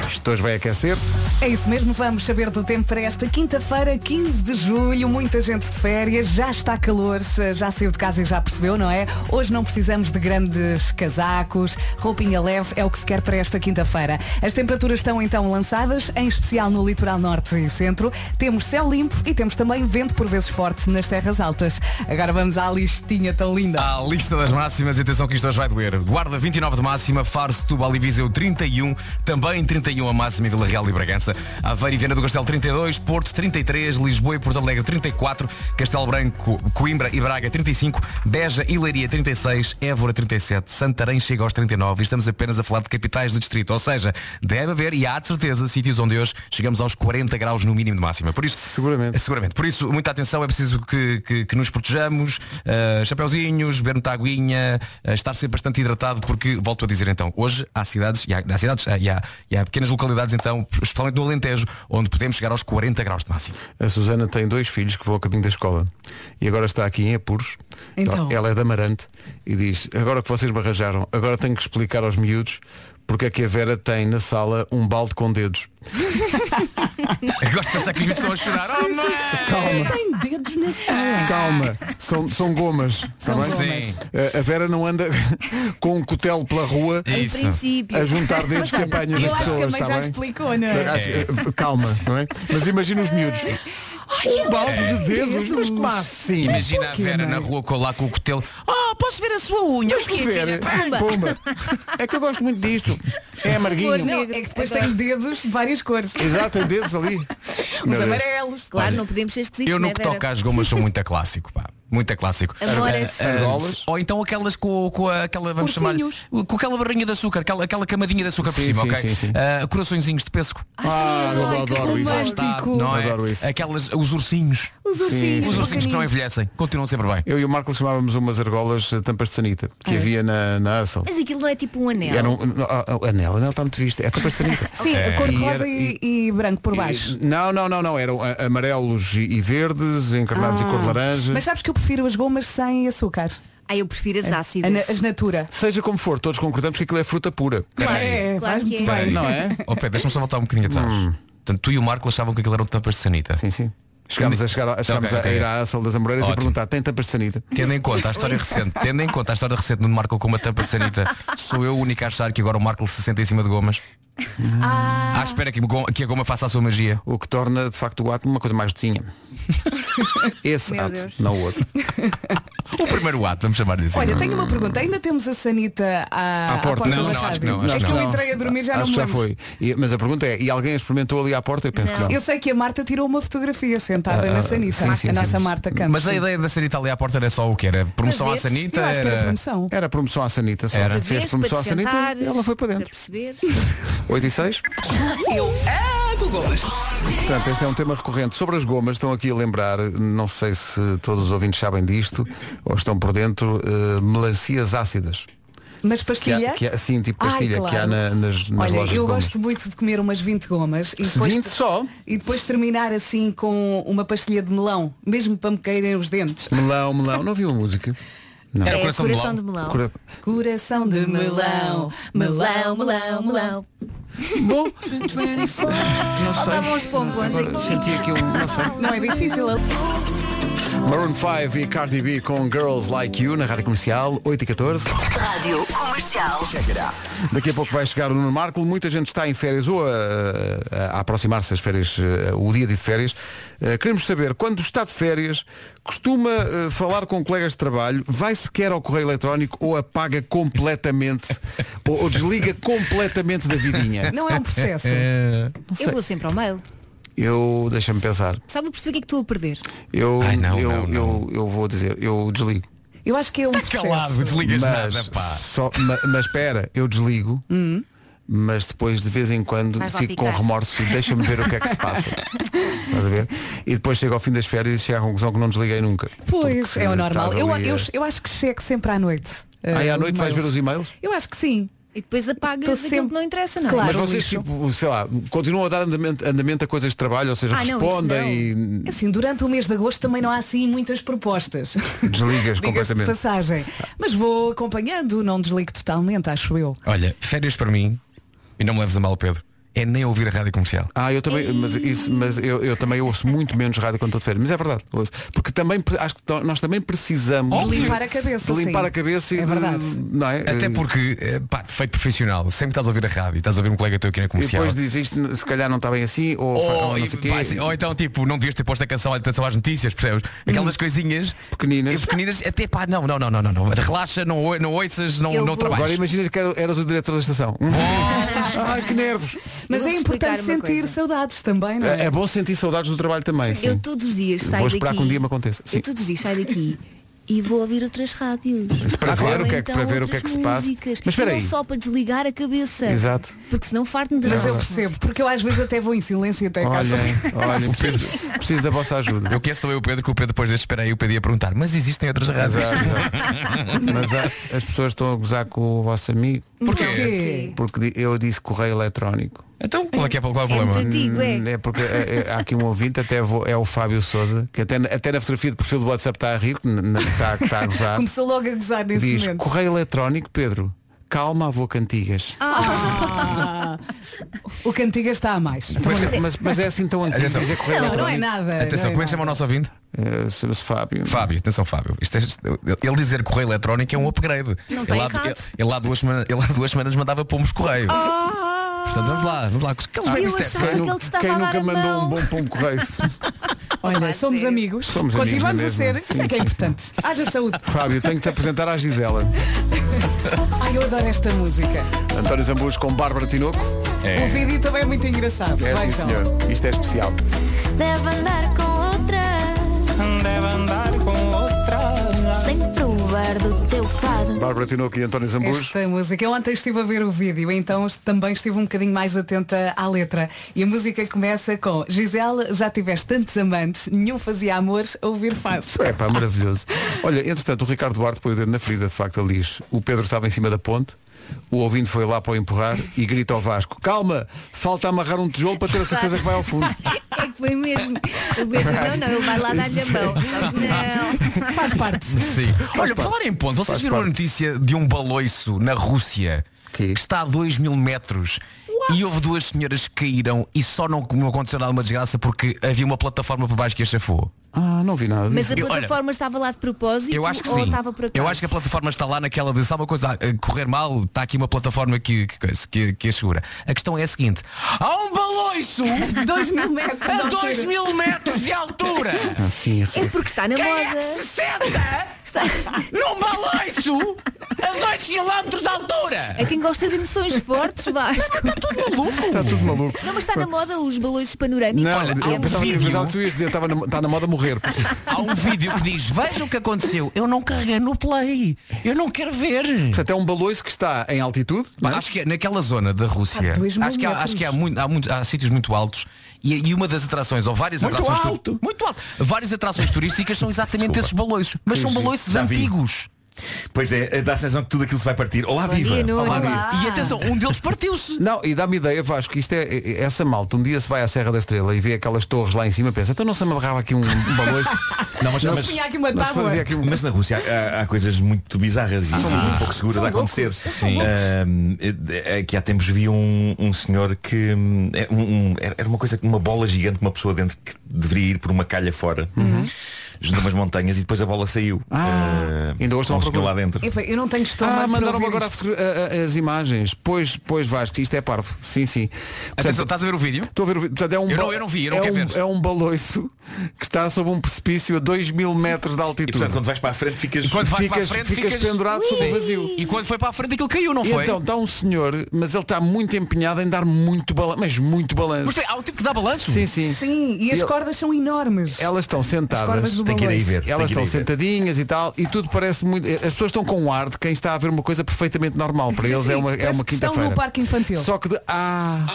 Speaker 2: Isto hoje vai aquecer.
Speaker 4: É isso mesmo, vamos saber do tempo para esta quinta-feira, 15 de julho. Muita gente de férias, já está calor, já saiu de casa e já percebeu, não é? Hoje não precisamos de grandes casacos, roupinha leve é o que se quer para esta quinta-feira. As temperaturas estão então lançadas, em especial no litoral norte e centro. Temos céu limpo e temos também vento por vezes forte nas terras altas. Agora vamos à listinha tão linda.
Speaker 9: À lista das máximas, e atenção que isto hoje vai doer. Guarda 29 de máxima, Faro, Setúbal e Viseu 31, também 31 a máxima em Vila Real e Bragança. Aveiro e Viana do Castelo 32, Porto 33, Lisboa e Porto Alegre 34, Castelo Branco, Coimbra e Braga 35, Beja e Leiria 36, Évora 37, Santarém chega aos 39 e estamos apenas a falar de capitais de distrito, ou seja, deve haver e há de certeza sítios onde hoje chegamos aos 40 graus no mínimo de máxima. Por isso,
Speaker 2: seguramente.
Speaker 9: É Seguramente. Por isso, muita atenção, é preciso que, que- que nos protejamos, ah, chapeuzinhos, beber muita aguinha, ah, estar sempre bastante hidratado, porque, volto a dizer então, hoje há cidades, e há, há cidades ah, e, há, e há pequenas localidades então, especialmente no Alentejo, onde podemos chegar aos 40 graus de máximo. [laughs]
Speaker 2: A Susana tem dois filhos que vão a caminho da escola e agora está aqui em Apuros.
Speaker 9: Então.
Speaker 2: Ela é da Marante e diz, agora que vocês me arranjaram, agora tenho que explicar aos miúdos porque é que a Vera tem na sala um balde com dedos.
Speaker 9: Gosto de pensar que os miúdos estão a chorar. Oh, mãe!
Speaker 2: Calma.
Speaker 4: Tem dedos na sala.
Speaker 2: Calma, são, são gomas. tá
Speaker 9: São
Speaker 2: bem?
Speaker 9: gomas. Sim.
Speaker 2: A- A Vera não anda [laughs] com um cutelo pela rua
Speaker 9: Em Isso. princípio.
Speaker 2: a juntar dedos que
Speaker 4: Mas olha,
Speaker 2: apanha
Speaker 4: eu
Speaker 2: das
Speaker 4: acho que a
Speaker 2: pessoas.
Speaker 4: mãe
Speaker 2: tá
Speaker 4: já
Speaker 2: bem?
Speaker 4: explicou, não é?
Speaker 2: Acho que- Calma, não é? Mas imagina os miúdos. um balde de dedos, mas como assim?
Speaker 9: Imagina
Speaker 2: Mas
Speaker 9: a
Speaker 2: porquê,
Speaker 9: Vera
Speaker 2: mãe?
Speaker 9: na rua com lá com o cotelo.
Speaker 2: Ah, posso ver a sua unha?
Speaker 9: O quê, filha? Pumba.
Speaker 2: Pumba. É que eu gosto muito disto. É amarguinho.
Speaker 4: Não, é que depois tem dedos de várias cores.
Speaker 2: Exato, tem dedos ali. Meu Deus.
Speaker 5: Claro, não podemos ser esquisitos,
Speaker 9: Eu
Speaker 5: não
Speaker 9: no
Speaker 5: é,
Speaker 9: que
Speaker 5: Vera?
Speaker 9: toca às gomas sou muito a clássico, pá. Muito a clássico.
Speaker 5: Amoras.
Speaker 9: Ah, ah,
Speaker 2: Argolas.
Speaker 9: Ou então aquelas com, com a- aquela, vamos chamar com aquela barrinha de açúcar, aquela, aquela camadinha de açúcar por
Speaker 2: Sim,
Speaker 9: cima,
Speaker 2: sim,
Speaker 9: ok?
Speaker 2: sim, sim.
Speaker 9: Ah, coraçõezinhos de pesco.
Speaker 2: Ah, eu adoro, adoro isso.
Speaker 9: Lá está, não é? Aquelas, os ursinhos. um
Speaker 4: Os
Speaker 2: ursinhos
Speaker 9: Os ursinhos que não
Speaker 2: pequeninos.
Speaker 9: envelhecem. Continuam sempre bem.
Speaker 2: Eu e o Marco chamávamos umas argolas eh, tampas de sanita que havia na, na Hustle.
Speaker 5: Mas aquilo não é tipo um anel.
Speaker 2: Era um, não, ah, ah, anel, anel está muito visto. É tampas de sanita.
Speaker 4: Sim,
Speaker 2: É.
Speaker 4: cor de
Speaker 2: E
Speaker 4: rosa
Speaker 2: era-
Speaker 4: e, e branco por
Speaker 2: e-
Speaker 4: baixo.
Speaker 2: Não, não, não, não. Eram ah, amarelos e, e verdes, encarnados e cor de
Speaker 4: Ah,
Speaker 2: laranja.
Speaker 4: Mas sabes que eu prefiro as gomas sem açúcar.
Speaker 5: Ah, eu prefiro as
Speaker 4: ácidas. As natura.
Speaker 2: Seja como for, todos concordamos que aquilo é fruta pura.
Speaker 9: Claro, é,
Speaker 4: Claro que
Speaker 5: muito é. bem.
Speaker 2: Não é?
Speaker 9: Oh, Pedro, deixa-me só voltar um bocadinho atrás. Portanto, tu e o Marco achavam que aquilo eram tampas de sanita.
Speaker 2: Hum. Sim, sim. Chegámos a, chegar, a- chegámos
Speaker 9: Ok,
Speaker 2: a
Speaker 9: ok.
Speaker 2: ir à Hustle das Amoreiras e
Speaker 9: Ótimo.
Speaker 2: perguntar, tem tampas de sanita?
Speaker 9: Tendo em conta a história recente, tendo em conta a história recente do Marco com uma tampa de sanita, sou eu o único a achar que agora o Marco se senta em cima de gomas. Ah, espera que, go- que a goma faça a sua magia.
Speaker 2: O que torna de facto o átomo uma coisa mais docinha.
Speaker 4: [laughs]
Speaker 2: Esse
Speaker 4: Meu
Speaker 2: átomo,
Speaker 4: Deus.
Speaker 2: não o outro.
Speaker 9: O primeiro ato, vamos chamar-lhe assim.
Speaker 4: Olha, tenho uma pergunta. Ainda temos a Sanita à, à porta,
Speaker 2: Não,
Speaker 4: da
Speaker 2: não, acho que
Speaker 4: rádio?
Speaker 2: não. acho
Speaker 4: É que eu
Speaker 2: não.
Speaker 4: entrei a dormir já
Speaker 2: Acho
Speaker 4: não
Speaker 2: que
Speaker 4: me
Speaker 2: já
Speaker 4: lembro.
Speaker 2: foi. E- mas a pergunta é, e alguém experimentou ali à porta? Eu penso que não.
Speaker 4: Eu sei que a Marta tirou uma fotografia sentada
Speaker 9: Ah,
Speaker 4: na Sanita,
Speaker 9: sim, sim,
Speaker 4: a
Speaker 9: sim.
Speaker 4: nossa Marta Campos.
Speaker 9: Mas a ideia da sanita ali à porta era só o que era? Promoção à
Speaker 4: Para veres?
Speaker 9: sanita?
Speaker 4: Eu acho que era promoção.
Speaker 2: Era promoção à sanita. Só.
Speaker 9: Era.
Speaker 2: Fez
Speaker 5: Vês,
Speaker 2: promoção
Speaker 5: para
Speaker 2: à
Speaker 5: te
Speaker 2: sanita
Speaker 5: sentares,
Speaker 2: e ela foi para
Speaker 5: Para
Speaker 2: dentro.
Speaker 5: perceberes.
Speaker 2: 8 e 6.
Speaker 4: Eu
Speaker 2: É,
Speaker 4: amo gomas.
Speaker 2: Portanto, este é um tema recorrente. Sobre as gomas, estão aqui a lembrar, não sei se todos os ouvintes sabem disto, ou estão por dentro, eh, melancias ácidas.
Speaker 4: Mas
Speaker 2: Que há-
Speaker 4: pastilha?
Speaker 2: que há- sim, tipo
Speaker 4: Ai,
Speaker 2: pastilha, que há
Speaker 4: claro.
Speaker 2: na- nas, nas
Speaker 4: Olha,
Speaker 2: lojas de
Speaker 4: eu
Speaker 2: gomas.
Speaker 4: gosto muito de comer umas 20 gomas e depois,
Speaker 2: 20 só?
Speaker 4: e depois terminar assim com uma pastilha de melão, mesmo para me caírem os dentes.
Speaker 2: Melão, melão, não ouviu a música? Não.
Speaker 4: Era É, Coração de Coração Melão. de Melão.
Speaker 2: Cora-
Speaker 4: Coração de melão, melão, melão, melão.
Speaker 2: Bom,
Speaker 5: Faltavam uns pombons
Speaker 2: Agora
Speaker 5: aqui.
Speaker 4: é
Speaker 2: senti aqui um, não sei.
Speaker 4: Não é difícil.
Speaker 2: Maroon 5 e Cardi B com Girls Like You na Rádio Comercial, 8 e 14.
Speaker 11: Rádio Comercial. Chegará.
Speaker 2: Daqui a pouco vai chegar o Nuno Marco. Muita gente está em férias ou a, a- a aproximar-se das férias, eh, o dia de férias. Eh, Queremos saber, quando está de férias, costuma eh, falar com colegas de trabalho, vai sequer ao correio eletrónico ou apaga [laughs] completamente, ou, ou desliga completamente da vidinha?
Speaker 5: Não é um processo.
Speaker 2: Eh, não
Speaker 5: Eu
Speaker 2: sei.
Speaker 5: vou sempre ao mail.
Speaker 2: Eu, deixa-me pensar.
Speaker 5: Só para perceber o que é que estou a perder.
Speaker 2: Eu, eu, Eu, eu vou dizer, eu desligo.
Speaker 4: Eu acho que é um processo.
Speaker 2: mas, Só, ma- mas espera, eu desligo, mas depois de vez em quando
Speaker 4: Vais lá
Speaker 2: fico com
Speaker 4: picar.
Speaker 2: remorso e deixa-me ver o que é que se
Speaker 4: [laughs]
Speaker 2: passa. Estás a ver? E depois chego ao fim das férias e chego à conclusão que não desliguei nunca.
Speaker 4: Pois, é o normal.
Speaker 2: estás
Speaker 4: Eu,
Speaker 2: ali
Speaker 4: eu,
Speaker 2: a-
Speaker 4: eu acho que chego sempre à noite. eh,
Speaker 2: Aí à
Speaker 4: os
Speaker 2: noite vais ver
Speaker 4: mails.
Speaker 2: os e-mails?
Speaker 4: Eu acho que sim.
Speaker 5: E depois apagas
Speaker 4: Tô
Speaker 5: aquilo
Speaker 4: sempre-
Speaker 5: que não interessa, não é?
Speaker 2: mas
Speaker 4: um
Speaker 2: vocês, tipo, sei lá, continuam a dar andamento, andamento a coisas de trabalho, ou seja,
Speaker 4: Ah, não,
Speaker 2: respondem e
Speaker 4: Assim, durante o mês de agosto também não há assim muitas propostas.
Speaker 2: desligas
Speaker 4: [laughs] Diga-se de
Speaker 2: completamente.
Speaker 4: passagem. Mas vou acompanhando, não desligo totalmente, acho eu.
Speaker 9: Olha, férias para mim, e não me leves a mal, Pedro, é nem ouvir a rádio comercial.
Speaker 2: Ah, eu também, mas, isso, mas eu, eu também ouço muito menos rádio quando estou de férias. Mas é verdade, ouço. Porque também pre- acho que to- nós também precisamos
Speaker 9: Óbvio. De limpar a cabeça,
Speaker 2: de limpar
Speaker 9: sim.
Speaker 2: a cabeça e
Speaker 9: É
Speaker 2: de-
Speaker 9: verdade.
Speaker 2: não é?
Speaker 9: Até
Speaker 2: Eh,
Speaker 9: porque, eh, pá, feito profissional, sempre estás a ouvir a rádio, estás a ouvir um colega teu aqui na
Speaker 2: E
Speaker 9: comercial.
Speaker 2: depois diz isto, se calhar não está bem assim, ou, fa-
Speaker 9: Ou,
Speaker 2: ou não
Speaker 9: e,
Speaker 2: sei o quê.
Speaker 9: pá, assim, ou então tipo, não devias ter posto a canção à atenção às notícias, percebes? Aquelas coisinhas
Speaker 2: Hum. pequeninas.
Speaker 9: pequeninas, até pá, não, não, não, não, não, não. Relaxa, não, oi- não ouças, não, não
Speaker 2: Agora
Speaker 9: trabalhes.
Speaker 2: imagina que era- eras o diretor da estação.
Speaker 9: Oh.
Speaker 2: [laughs] Ai, que nervos!
Speaker 4: Mas
Speaker 5: Eu
Speaker 4: é
Speaker 5: vou-te
Speaker 4: importante
Speaker 5: explicar uma
Speaker 4: sentir saudades também, não é?
Speaker 2: É, é bom sentir saudades do trabalho também. sim.
Speaker 5: Eu todos os dias saio
Speaker 2: Vou esperar
Speaker 5: daqui.
Speaker 2: que um dia me aconteça. Sim.
Speaker 5: Eu todos os dias saio daqui e vou ouvir outras rádios.
Speaker 2: Isso para ver
Speaker 5: Ou
Speaker 2: o que é que-
Speaker 5: então
Speaker 2: para ver o que é que
Speaker 5: outras
Speaker 2: se passa.
Speaker 5: músicas.
Speaker 2: Mas espera
Speaker 5: não
Speaker 2: aí.
Speaker 5: só para desligar a cabeça.
Speaker 2: Exato.
Speaker 5: Porque senão farto-me das
Speaker 4: Mas eu
Speaker 5: nossas
Speaker 4: percebo, porque eu às vezes até vou em silêncio até casa.
Speaker 9: Olha,
Speaker 2: olha, preciso, da vossa ajuda.
Speaker 9: Eu conheço também o Pedro, que o Pedro depois deste espera aí, o Pedro ia perguntar, mas existem outras razões.
Speaker 2: Exato, Mas ah, as pessoas estão a gozar com o vosso amigo.
Speaker 9: [laughs] Porquê? Porquê?
Speaker 2: Porque di- eu disse correio eletrónico.
Speaker 9: Então, qual é que é, qual é o problema?
Speaker 2: Hum, é porque é, é, há aqui um ouvinte, até vou- é o Fábio Souza, que até, na- até na fotografia do perfil do WhatsApp está a rir, que n- n- está, está a gozar.
Speaker 4: Começou logo a gozar nesse
Speaker 2: Diz,
Speaker 4: momento.
Speaker 2: correio eletrónico, Pedro, calma, avô cantigas.
Speaker 4: Ah, o Cantiga está a mais.
Speaker 2: Mas, mas- mas é assim tão antigo
Speaker 9: Atenção.
Speaker 2: dizer correio
Speaker 4: Não, não é
Speaker 2: eletrónico.
Speaker 4: nada.
Speaker 9: Atenção,
Speaker 4: não
Speaker 9: como
Speaker 4: é
Speaker 9: é que chama o nosso ouvinte?
Speaker 2: Chama-se Fábio.
Speaker 9: Fábio, atenção Fábio. Isto é- ele dizer correio eletrónico é um upgrade.
Speaker 4: Não
Speaker 9: ele,
Speaker 4: tem
Speaker 9: há,
Speaker 4: errado. Oh.
Speaker 9: ele, ele há duas semanas, ele há duas semanas mandava pomos correio. Portanto, vamos lá, vamos lá. Aqueles
Speaker 2: Ah,
Speaker 9: baby
Speaker 2: isto é-
Speaker 9: steps.
Speaker 2: quem, nu- quem nunca mandou um bom pão correio? [laughs]
Speaker 4: Olha, somos amigos.
Speaker 2: Ah, Somos amigos
Speaker 4: Continuamos
Speaker 2: na
Speaker 4: a ser.
Speaker 2: mesma.
Speaker 4: Isso
Speaker 2: Sim,
Speaker 4: é que é
Speaker 2: sim.
Speaker 4: importante. Haja saúde.
Speaker 2: Fábio, tenho que te apresentar à Gisela.
Speaker 4: Ai, eu adoro esta música.
Speaker 2: António Zambus com Bárbara Tinoco.
Speaker 4: O vídeo também é muito engraçado.
Speaker 2: É sim,
Speaker 4: Vejam.
Speaker 2: senhor. Isto é especial.
Speaker 11: Deve andar com outra. Deve andar com outra. Sem provar do teu fado.
Speaker 2: Bárbara Tinoco e António Zambus.
Speaker 4: Esta música. Eu ontem estive a ver o vídeo, então est- também estive um bocadinho mais atenta à letra. E a música começa com Gisele, já tiveste tantos amantes, nenhum fazia amores, a ouvir fácil.
Speaker 2: É pá, maravilhoso. Olha, entretanto, o Ricardo Duarte põe o dedo na ferida, de facto, ele diz. O Pedro estava em cima da ponte, o ouvinte foi lá para o empurrar e grita ao Vasco, calma, falta amarrar um tijolo para ter a certeza que vai ao fundo.
Speaker 5: [laughs] É que foi mesmo. Eu penso, não, não, ele vai lá dar-lhe a mão. Só que
Speaker 2: [laughs]
Speaker 5: Não.
Speaker 4: Faz parte.
Speaker 9: Sim. Olha, por falar em ponto, vocês
Speaker 2: Faz
Speaker 9: viram a
Speaker 2: parte.
Speaker 9: notícia de um baloiço na Rússia que, está a 2 mil metros e houve duas senhoras que caíram e só não, não aconteceu nada uma desgraça porque havia uma plataforma por baixo que a chafou.
Speaker 2: Ah, não vi nada.
Speaker 5: Mas a
Speaker 9: Eu- olha,
Speaker 5: plataforma estava lá de propósito
Speaker 9: Eu acho que
Speaker 5: ou
Speaker 9: sim.
Speaker 5: estava por acaso?
Speaker 9: Eu acho que a plataforma está lá naquela de sabe uma coisa, a correr mal, está aqui uma plataforma que, que, coisa, que, que assegura. A questão é a seguinte, há um baloiço
Speaker 4: Dois mil metros
Speaker 9: a
Speaker 4: de
Speaker 9: 2 mil metros de altura!
Speaker 2: Ah, Sim,
Speaker 5: É porque está na
Speaker 9: Quem
Speaker 5: moda.
Speaker 9: é que se senta num baloiço a 2 km de altura?
Speaker 5: É quem gosta de emoções fortes, Vasco. Está
Speaker 9: tudo maluco.
Speaker 2: Está tudo maluco.
Speaker 5: Não, mas está na moda os balões panorâmicos.
Speaker 2: Não,
Speaker 5: Olha, é um
Speaker 2: eu pensava, eu pensava que tu ias dizer, estava na, está na moda morrer.
Speaker 9: Há um vídeo que diz, vejam o que aconteceu, eu não carreguei no play, eu não quero ver.
Speaker 2: Portanto, é um baloiço que está em altitude. é?
Speaker 9: Pá, Acho que é naquela zona da Rússia,
Speaker 2: Há dois mil
Speaker 9: acho que, há,
Speaker 2: metros.
Speaker 9: acho que há, muito, há, muito- há sítios muito altos e, e uma das atrações, ou várias
Speaker 2: Muito
Speaker 9: atrações tu-
Speaker 2: alto.
Speaker 9: muito alto, várias atrações turísticas são exatamente esses baloiços, mas
Speaker 12: Que
Speaker 9: são
Speaker 12: giro.
Speaker 9: baloiços
Speaker 12: Já vi.
Speaker 9: antigos.
Speaker 12: Pois é, dá a sensação que tudo aquilo se vai partir. Olá, viva!
Speaker 9: E atenção, um deles partiu-se.
Speaker 2: Não, e dá-me ideia, Vasco, que isto é é- é- essa malta, um dia se vai à Serra da Estrela e vê aquelas torres lá em cima, pensa, então não se amarrava aqui um, um baloiço.
Speaker 12: Não, mas, mas-
Speaker 4: punha aqui uma
Speaker 12: mas se
Speaker 4: tábua.
Speaker 12: fazia aqui um- mas na Rússia há, há- há coisas muito bizarras e
Speaker 4: Ah,
Speaker 12: são
Speaker 4: sim.
Speaker 12: muito pouco seguras
Speaker 4: São
Speaker 12: a acontecer.
Speaker 4: loucos, são loucos.
Speaker 12: Ahm, é- é que há tempos vi um, um senhor que hum, é um- um- era era uma coisa que uma bola gigante com uma pessoa dentro que deveria ir por uma calha fora. numas montanhas e depois a bola saiu. Ah,
Speaker 2: ainda hoje
Speaker 12: não conseguiu lá dentro.
Speaker 4: Enfim, Eu não tenho estômago
Speaker 2: Ah,
Speaker 4: para
Speaker 2: mandaram-me
Speaker 4: ouvir
Speaker 2: agora
Speaker 4: isto.
Speaker 2: a- a- as imagens. Pois, pois Vasco, isto é parvo. Sim, sim.
Speaker 9: Atenção, estás a ver o vídeo?
Speaker 2: Estou a ver o vídeo. Portanto, é um
Speaker 9: Eu não-
Speaker 2: ba-
Speaker 9: eu não vi, eu não
Speaker 2: é
Speaker 9: quero
Speaker 2: um,
Speaker 9: ver.
Speaker 2: É um baloiço que está sob um precipício a 2 mil metros de altitude.
Speaker 12: E portanto, quando vais para a frente ficas.
Speaker 2: E quando vais para a frente, ficas- pendurado sobre o
Speaker 9: Sim.
Speaker 2: vazio.
Speaker 9: E quando foi para a frente aquilo caiu, não
Speaker 2: E
Speaker 9: foi?
Speaker 2: então está um senhor, mas ele está muito empenhado em dar muito balanço, mas muito balanço.
Speaker 9: Mas tem- há um tipo que dá balanço?
Speaker 2: Sim, sim.
Speaker 4: Sim, e as
Speaker 2: Ele-
Speaker 4: cordas são enormes.
Speaker 2: Elas estão
Speaker 4: cordas
Speaker 2: sentadas.
Speaker 4: do Tem que ir aí balanço. ver, tem
Speaker 2: Elas
Speaker 4: que ir
Speaker 2: estão
Speaker 4: aí ver.
Speaker 2: sentadinhas e tal. E tudo parece muito. eh, As pessoas estão com o ar de quem está a ver uma coisa perfeitamente normal. Para
Speaker 4: Sim,
Speaker 2: eles
Speaker 4: sim,
Speaker 2: é uma, é
Speaker 4: parece
Speaker 2: uma
Speaker 4: que estão
Speaker 2: quinta-feira.
Speaker 4: no parque infantil.
Speaker 2: Só que de. Ah!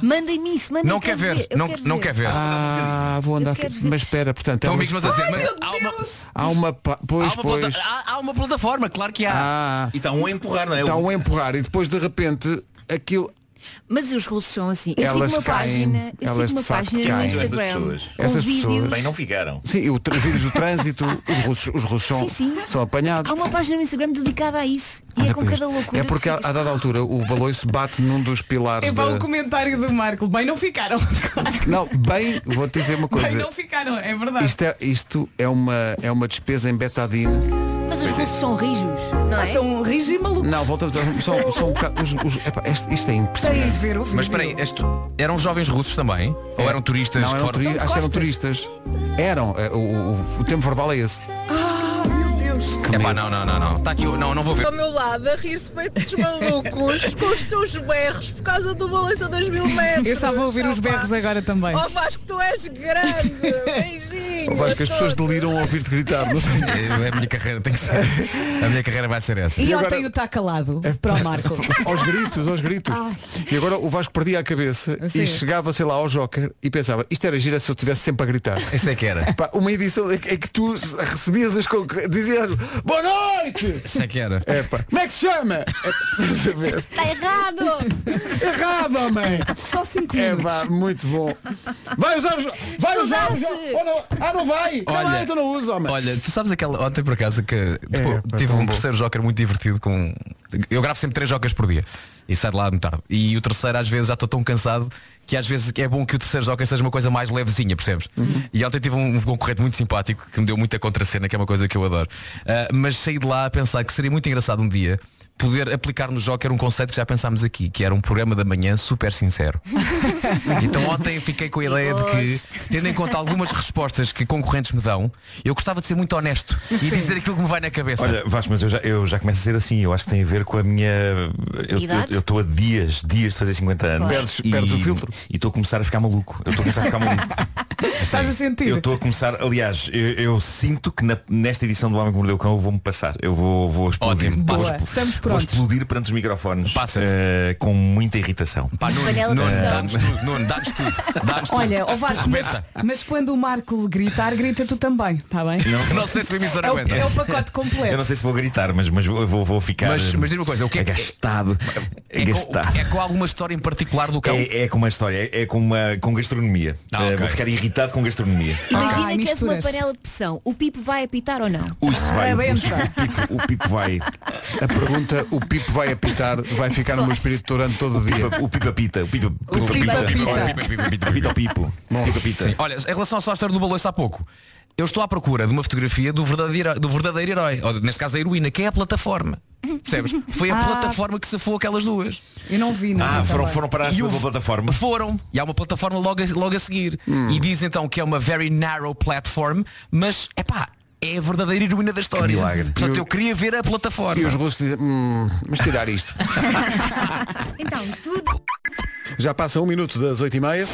Speaker 5: Mandem-me isso, mandem-me
Speaker 9: Não quer ver, não, não quer ver.
Speaker 2: Ah, vou andar. Mas espera, portanto.
Speaker 9: Então,
Speaker 2: há uma-
Speaker 9: amigos, mas a dizer, mas há uma,
Speaker 2: Há uma. pa- Pois,
Speaker 9: há uma
Speaker 2: pois.
Speaker 9: plata- há- há uma plataforma, claro que há.
Speaker 2: Ah.
Speaker 12: E está um a empurrar, não é?
Speaker 2: Está um a empurrar e depois de repente aquilo.
Speaker 5: Mas os russos são assim. Eu
Speaker 2: Elas
Speaker 5: sigo uma
Speaker 2: caem,
Speaker 5: página, eu
Speaker 2: elas
Speaker 5: sigo
Speaker 2: de
Speaker 5: uma
Speaker 2: facto
Speaker 5: página no
Speaker 2: caem.
Speaker 5: Instagram. com
Speaker 2: Estas
Speaker 5: vídeos.
Speaker 2: pessoas
Speaker 12: Bem, não ficaram.
Speaker 2: Sim, e o tra- os vídeos do trânsito, os russos, os russos são,
Speaker 5: Sim, sim.
Speaker 2: são apanhados.
Speaker 5: Há uma página no Instagram dedicada a isso. E é com cada loucura.
Speaker 2: É porque a, a dada altura o baloiço bate num dos pilares
Speaker 4: É para
Speaker 2: da-
Speaker 4: o comentário do Marco. Bem, não ficaram. [laughs]
Speaker 2: Não, bem, vou-te dizer uma
Speaker 4: Bem,
Speaker 2: coisa.
Speaker 4: não ficaram, é verdade.
Speaker 2: Isto é, isto é uma, é uma despesa em betadine.
Speaker 5: Mas os russos são rijos, não é?
Speaker 4: São rijos e malucos.
Speaker 2: Não, voltamos a. São, são um bocado- os- os- epá, este- isto é impressionante.
Speaker 4: Têm de ver o vídeo.
Speaker 9: Mas espera aí, este- eram jovens russos também? Ou um eram turistas
Speaker 2: Não,
Speaker 9: que
Speaker 2: eram
Speaker 9: foram-
Speaker 2: turi- acho que eram turistas. Eram. eh, O, o- o tempo verbal é esse.
Speaker 13: Ah, meu Deus.
Speaker 9: Epá, não, não, não, não. Está aqui, o- não, não vou ver.
Speaker 13: Ao meu lado, a rir-se feito dos malucos com os teus berros por causa do balanço a 2 mil metros.
Speaker 4: Eu estava a ouvir os berros agora também.
Speaker 13: Oh Vasco, tu és grande! Beijinho!
Speaker 2: Vais que as
Speaker 13: a
Speaker 2: pessoas
Speaker 13: todos.
Speaker 2: deliram ao ouvir-te gritar. não [laughs] sei.
Speaker 9: É, A minha carreira tem que ser. A minha carreira vai ser essa.
Speaker 4: E ontem o está calado para o Marco.
Speaker 2: aos gritos, aos gritos. E agora o Vasco perdia a cabeça
Speaker 4: Sim.
Speaker 2: e chegava, sei lá, ao Joker e pensava, isto era gira se eu estivesse sempre a [laughs] gritar.
Speaker 9: Isso é que era.
Speaker 2: Pá, uma edição em que em que tu recebias as concorrentes, dizias boa noite!
Speaker 9: Isso é que era.
Speaker 2: É, pá, Como é que se chama? [laughs] É, estás a ver?
Speaker 5: Está errado!
Speaker 2: Errado, homem!
Speaker 4: Só 5
Speaker 2: É
Speaker 4: minutos.
Speaker 2: pá, muito bom. Vai usar os. Vai usar os.
Speaker 5: Estudaste.
Speaker 2: Ou não? Ah, não vai! Olha,
Speaker 9: Olha.
Speaker 2: então não usa, homem.
Speaker 9: Olha, tu sabes aquela ontem por acaso que tipo,
Speaker 2: pá,
Speaker 9: tive
Speaker 2: É, tão
Speaker 9: um
Speaker 2: bom.
Speaker 9: terceiro joker muito divertido com. um- Eu gravo sempre três jokers por dia e sai de lá muito tarde. E o terceiro às vezes já estou tão cansado que às vezes é bom que o terceiro joker seja uma coisa mais levezinha, percebes?
Speaker 2: Uhum.
Speaker 9: E ontem tive um, um concorrente muito simpático que me deu muita contracena, que é uma coisa que eu adoro. Ah, mas saí de lá a pensar que seria muito engraçado um dia poder aplicar no Joker um conceito que já pensámos aqui, que era um programa da manhã super
Speaker 2: [laughs]
Speaker 9: sincero. Então ontem fiquei com a ideia de que, tendo em conta algumas respostas que concorrentes me dão, eu gostava de ser muito honesto e dizer aquilo que me vai na cabeça.
Speaker 12: Olha, Vasco, mas eu já, eu já começo a ser assim, eu acho que tem a ver com a minha. Eu
Speaker 9: Idade?
Speaker 12: eu- eu estou a dias, dias de fazer 50 anos.
Speaker 2: Claro. Perdes- perdes o filtro.
Speaker 12: E estou a começar a ficar maluco. Eu estou a começar a ficar
Speaker 9: [laughs]
Speaker 12: maluco.
Speaker 4: Estás a sentir?
Speaker 12: Eu estou a começar, aliás, eu, eu sinto que na- nesta edição do Homem que Mordeu o Cão eu vou-me passar. Eu vou, vou explodir.
Speaker 9: Ótimo,
Speaker 12: Vou
Speaker 9: passa.
Speaker 12: expl-
Speaker 9: Estamos
Speaker 12: Vou
Speaker 9: prontos.
Speaker 12: explodir perante os microfones eh, com muita irritação.
Speaker 9: Pá, Nuno,
Speaker 4: Panela de
Speaker 9: Nuno,
Speaker 4: pressão.
Speaker 9: dá-nos tudo, Nuno, dá-nos tudo. Dá-nos tudo.
Speaker 4: Olha, ó Vasco,
Speaker 9: Tu
Speaker 4: mas,
Speaker 9: rebenta.
Speaker 4: mas quando o Marco gritar, grita tu também, está bem?
Speaker 9: [laughs] Não. Não sei se o emissor
Speaker 4: é o,
Speaker 9: aguenta.
Speaker 4: é o pacote completo.
Speaker 12: Eu não sei se vou gritar, mas, mas vou, vou, vou ficar.
Speaker 9: Mas- mas diz-me uma coisa, o que é que-
Speaker 12: Agastado.
Speaker 9: É com, é com alguma história em particular do cão.
Speaker 12: É, é com uma história, é com, uma, com gastronomia. Eh,
Speaker 9: ok.
Speaker 12: Vou ficar irritado com gastronomia.
Speaker 5: Imagina
Speaker 4: Ah,
Speaker 5: que és uma
Speaker 4: misturas.
Speaker 5: panela de pressão. O Pipo vai apitar ou não?
Speaker 12: Ui, se vai.
Speaker 4: Ah, bem,
Speaker 12: o,
Speaker 4: então.
Speaker 12: pipo, o Pipo vai.
Speaker 2: A pergunta, o Pipo vai apitar, vai ficar no meu espírito durante todo o dia.
Speaker 12: O Pipo apita. O Pipo
Speaker 2: O Pipo
Speaker 12: apita.
Speaker 2: apita.
Speaker 12: Apita o Pipo. Pipo apita.
Speaker 9: Sim. Olha, em relação só à história do balanço há pouco, eu estou à procura de uma fotografia do verdadeiro, do verdadeiro herói, ou neste caso da heroína, que é a plataforma. Percebes? Foi a
Speaker 4: Ah.
Speaker 9: plataforma que safou aquelas duas.
Speaker 4: Eu não vi, não.
Speaker 12: Ah,
Speaker 4: vi
Speaker 12: foram,
Speaker 4: também.
Speaker 12: foram para a
Speaker 9: E
Speaker 12: segunda
Speaker 9: houve-
Speaker 12: plataforma.
Speaker 9: Foram. E há uma plataforma logo a, logo a seguir. E diz então que é uma very narrow platform, mas é pá, é a verdadeira heroína da história.
Speaker 12: milagre.
Speaker 9: Portanto,
Speaker 2: E o-
Speaker 9: eu queria ver a
Speaker 2: E os
Speaker 9: plataforma.
Speaker 2: russos dizem, hum, mas tirar isto.
Speaker 5: Então, tudo.
Speaker 2: Já passa um minuto das oito e meia.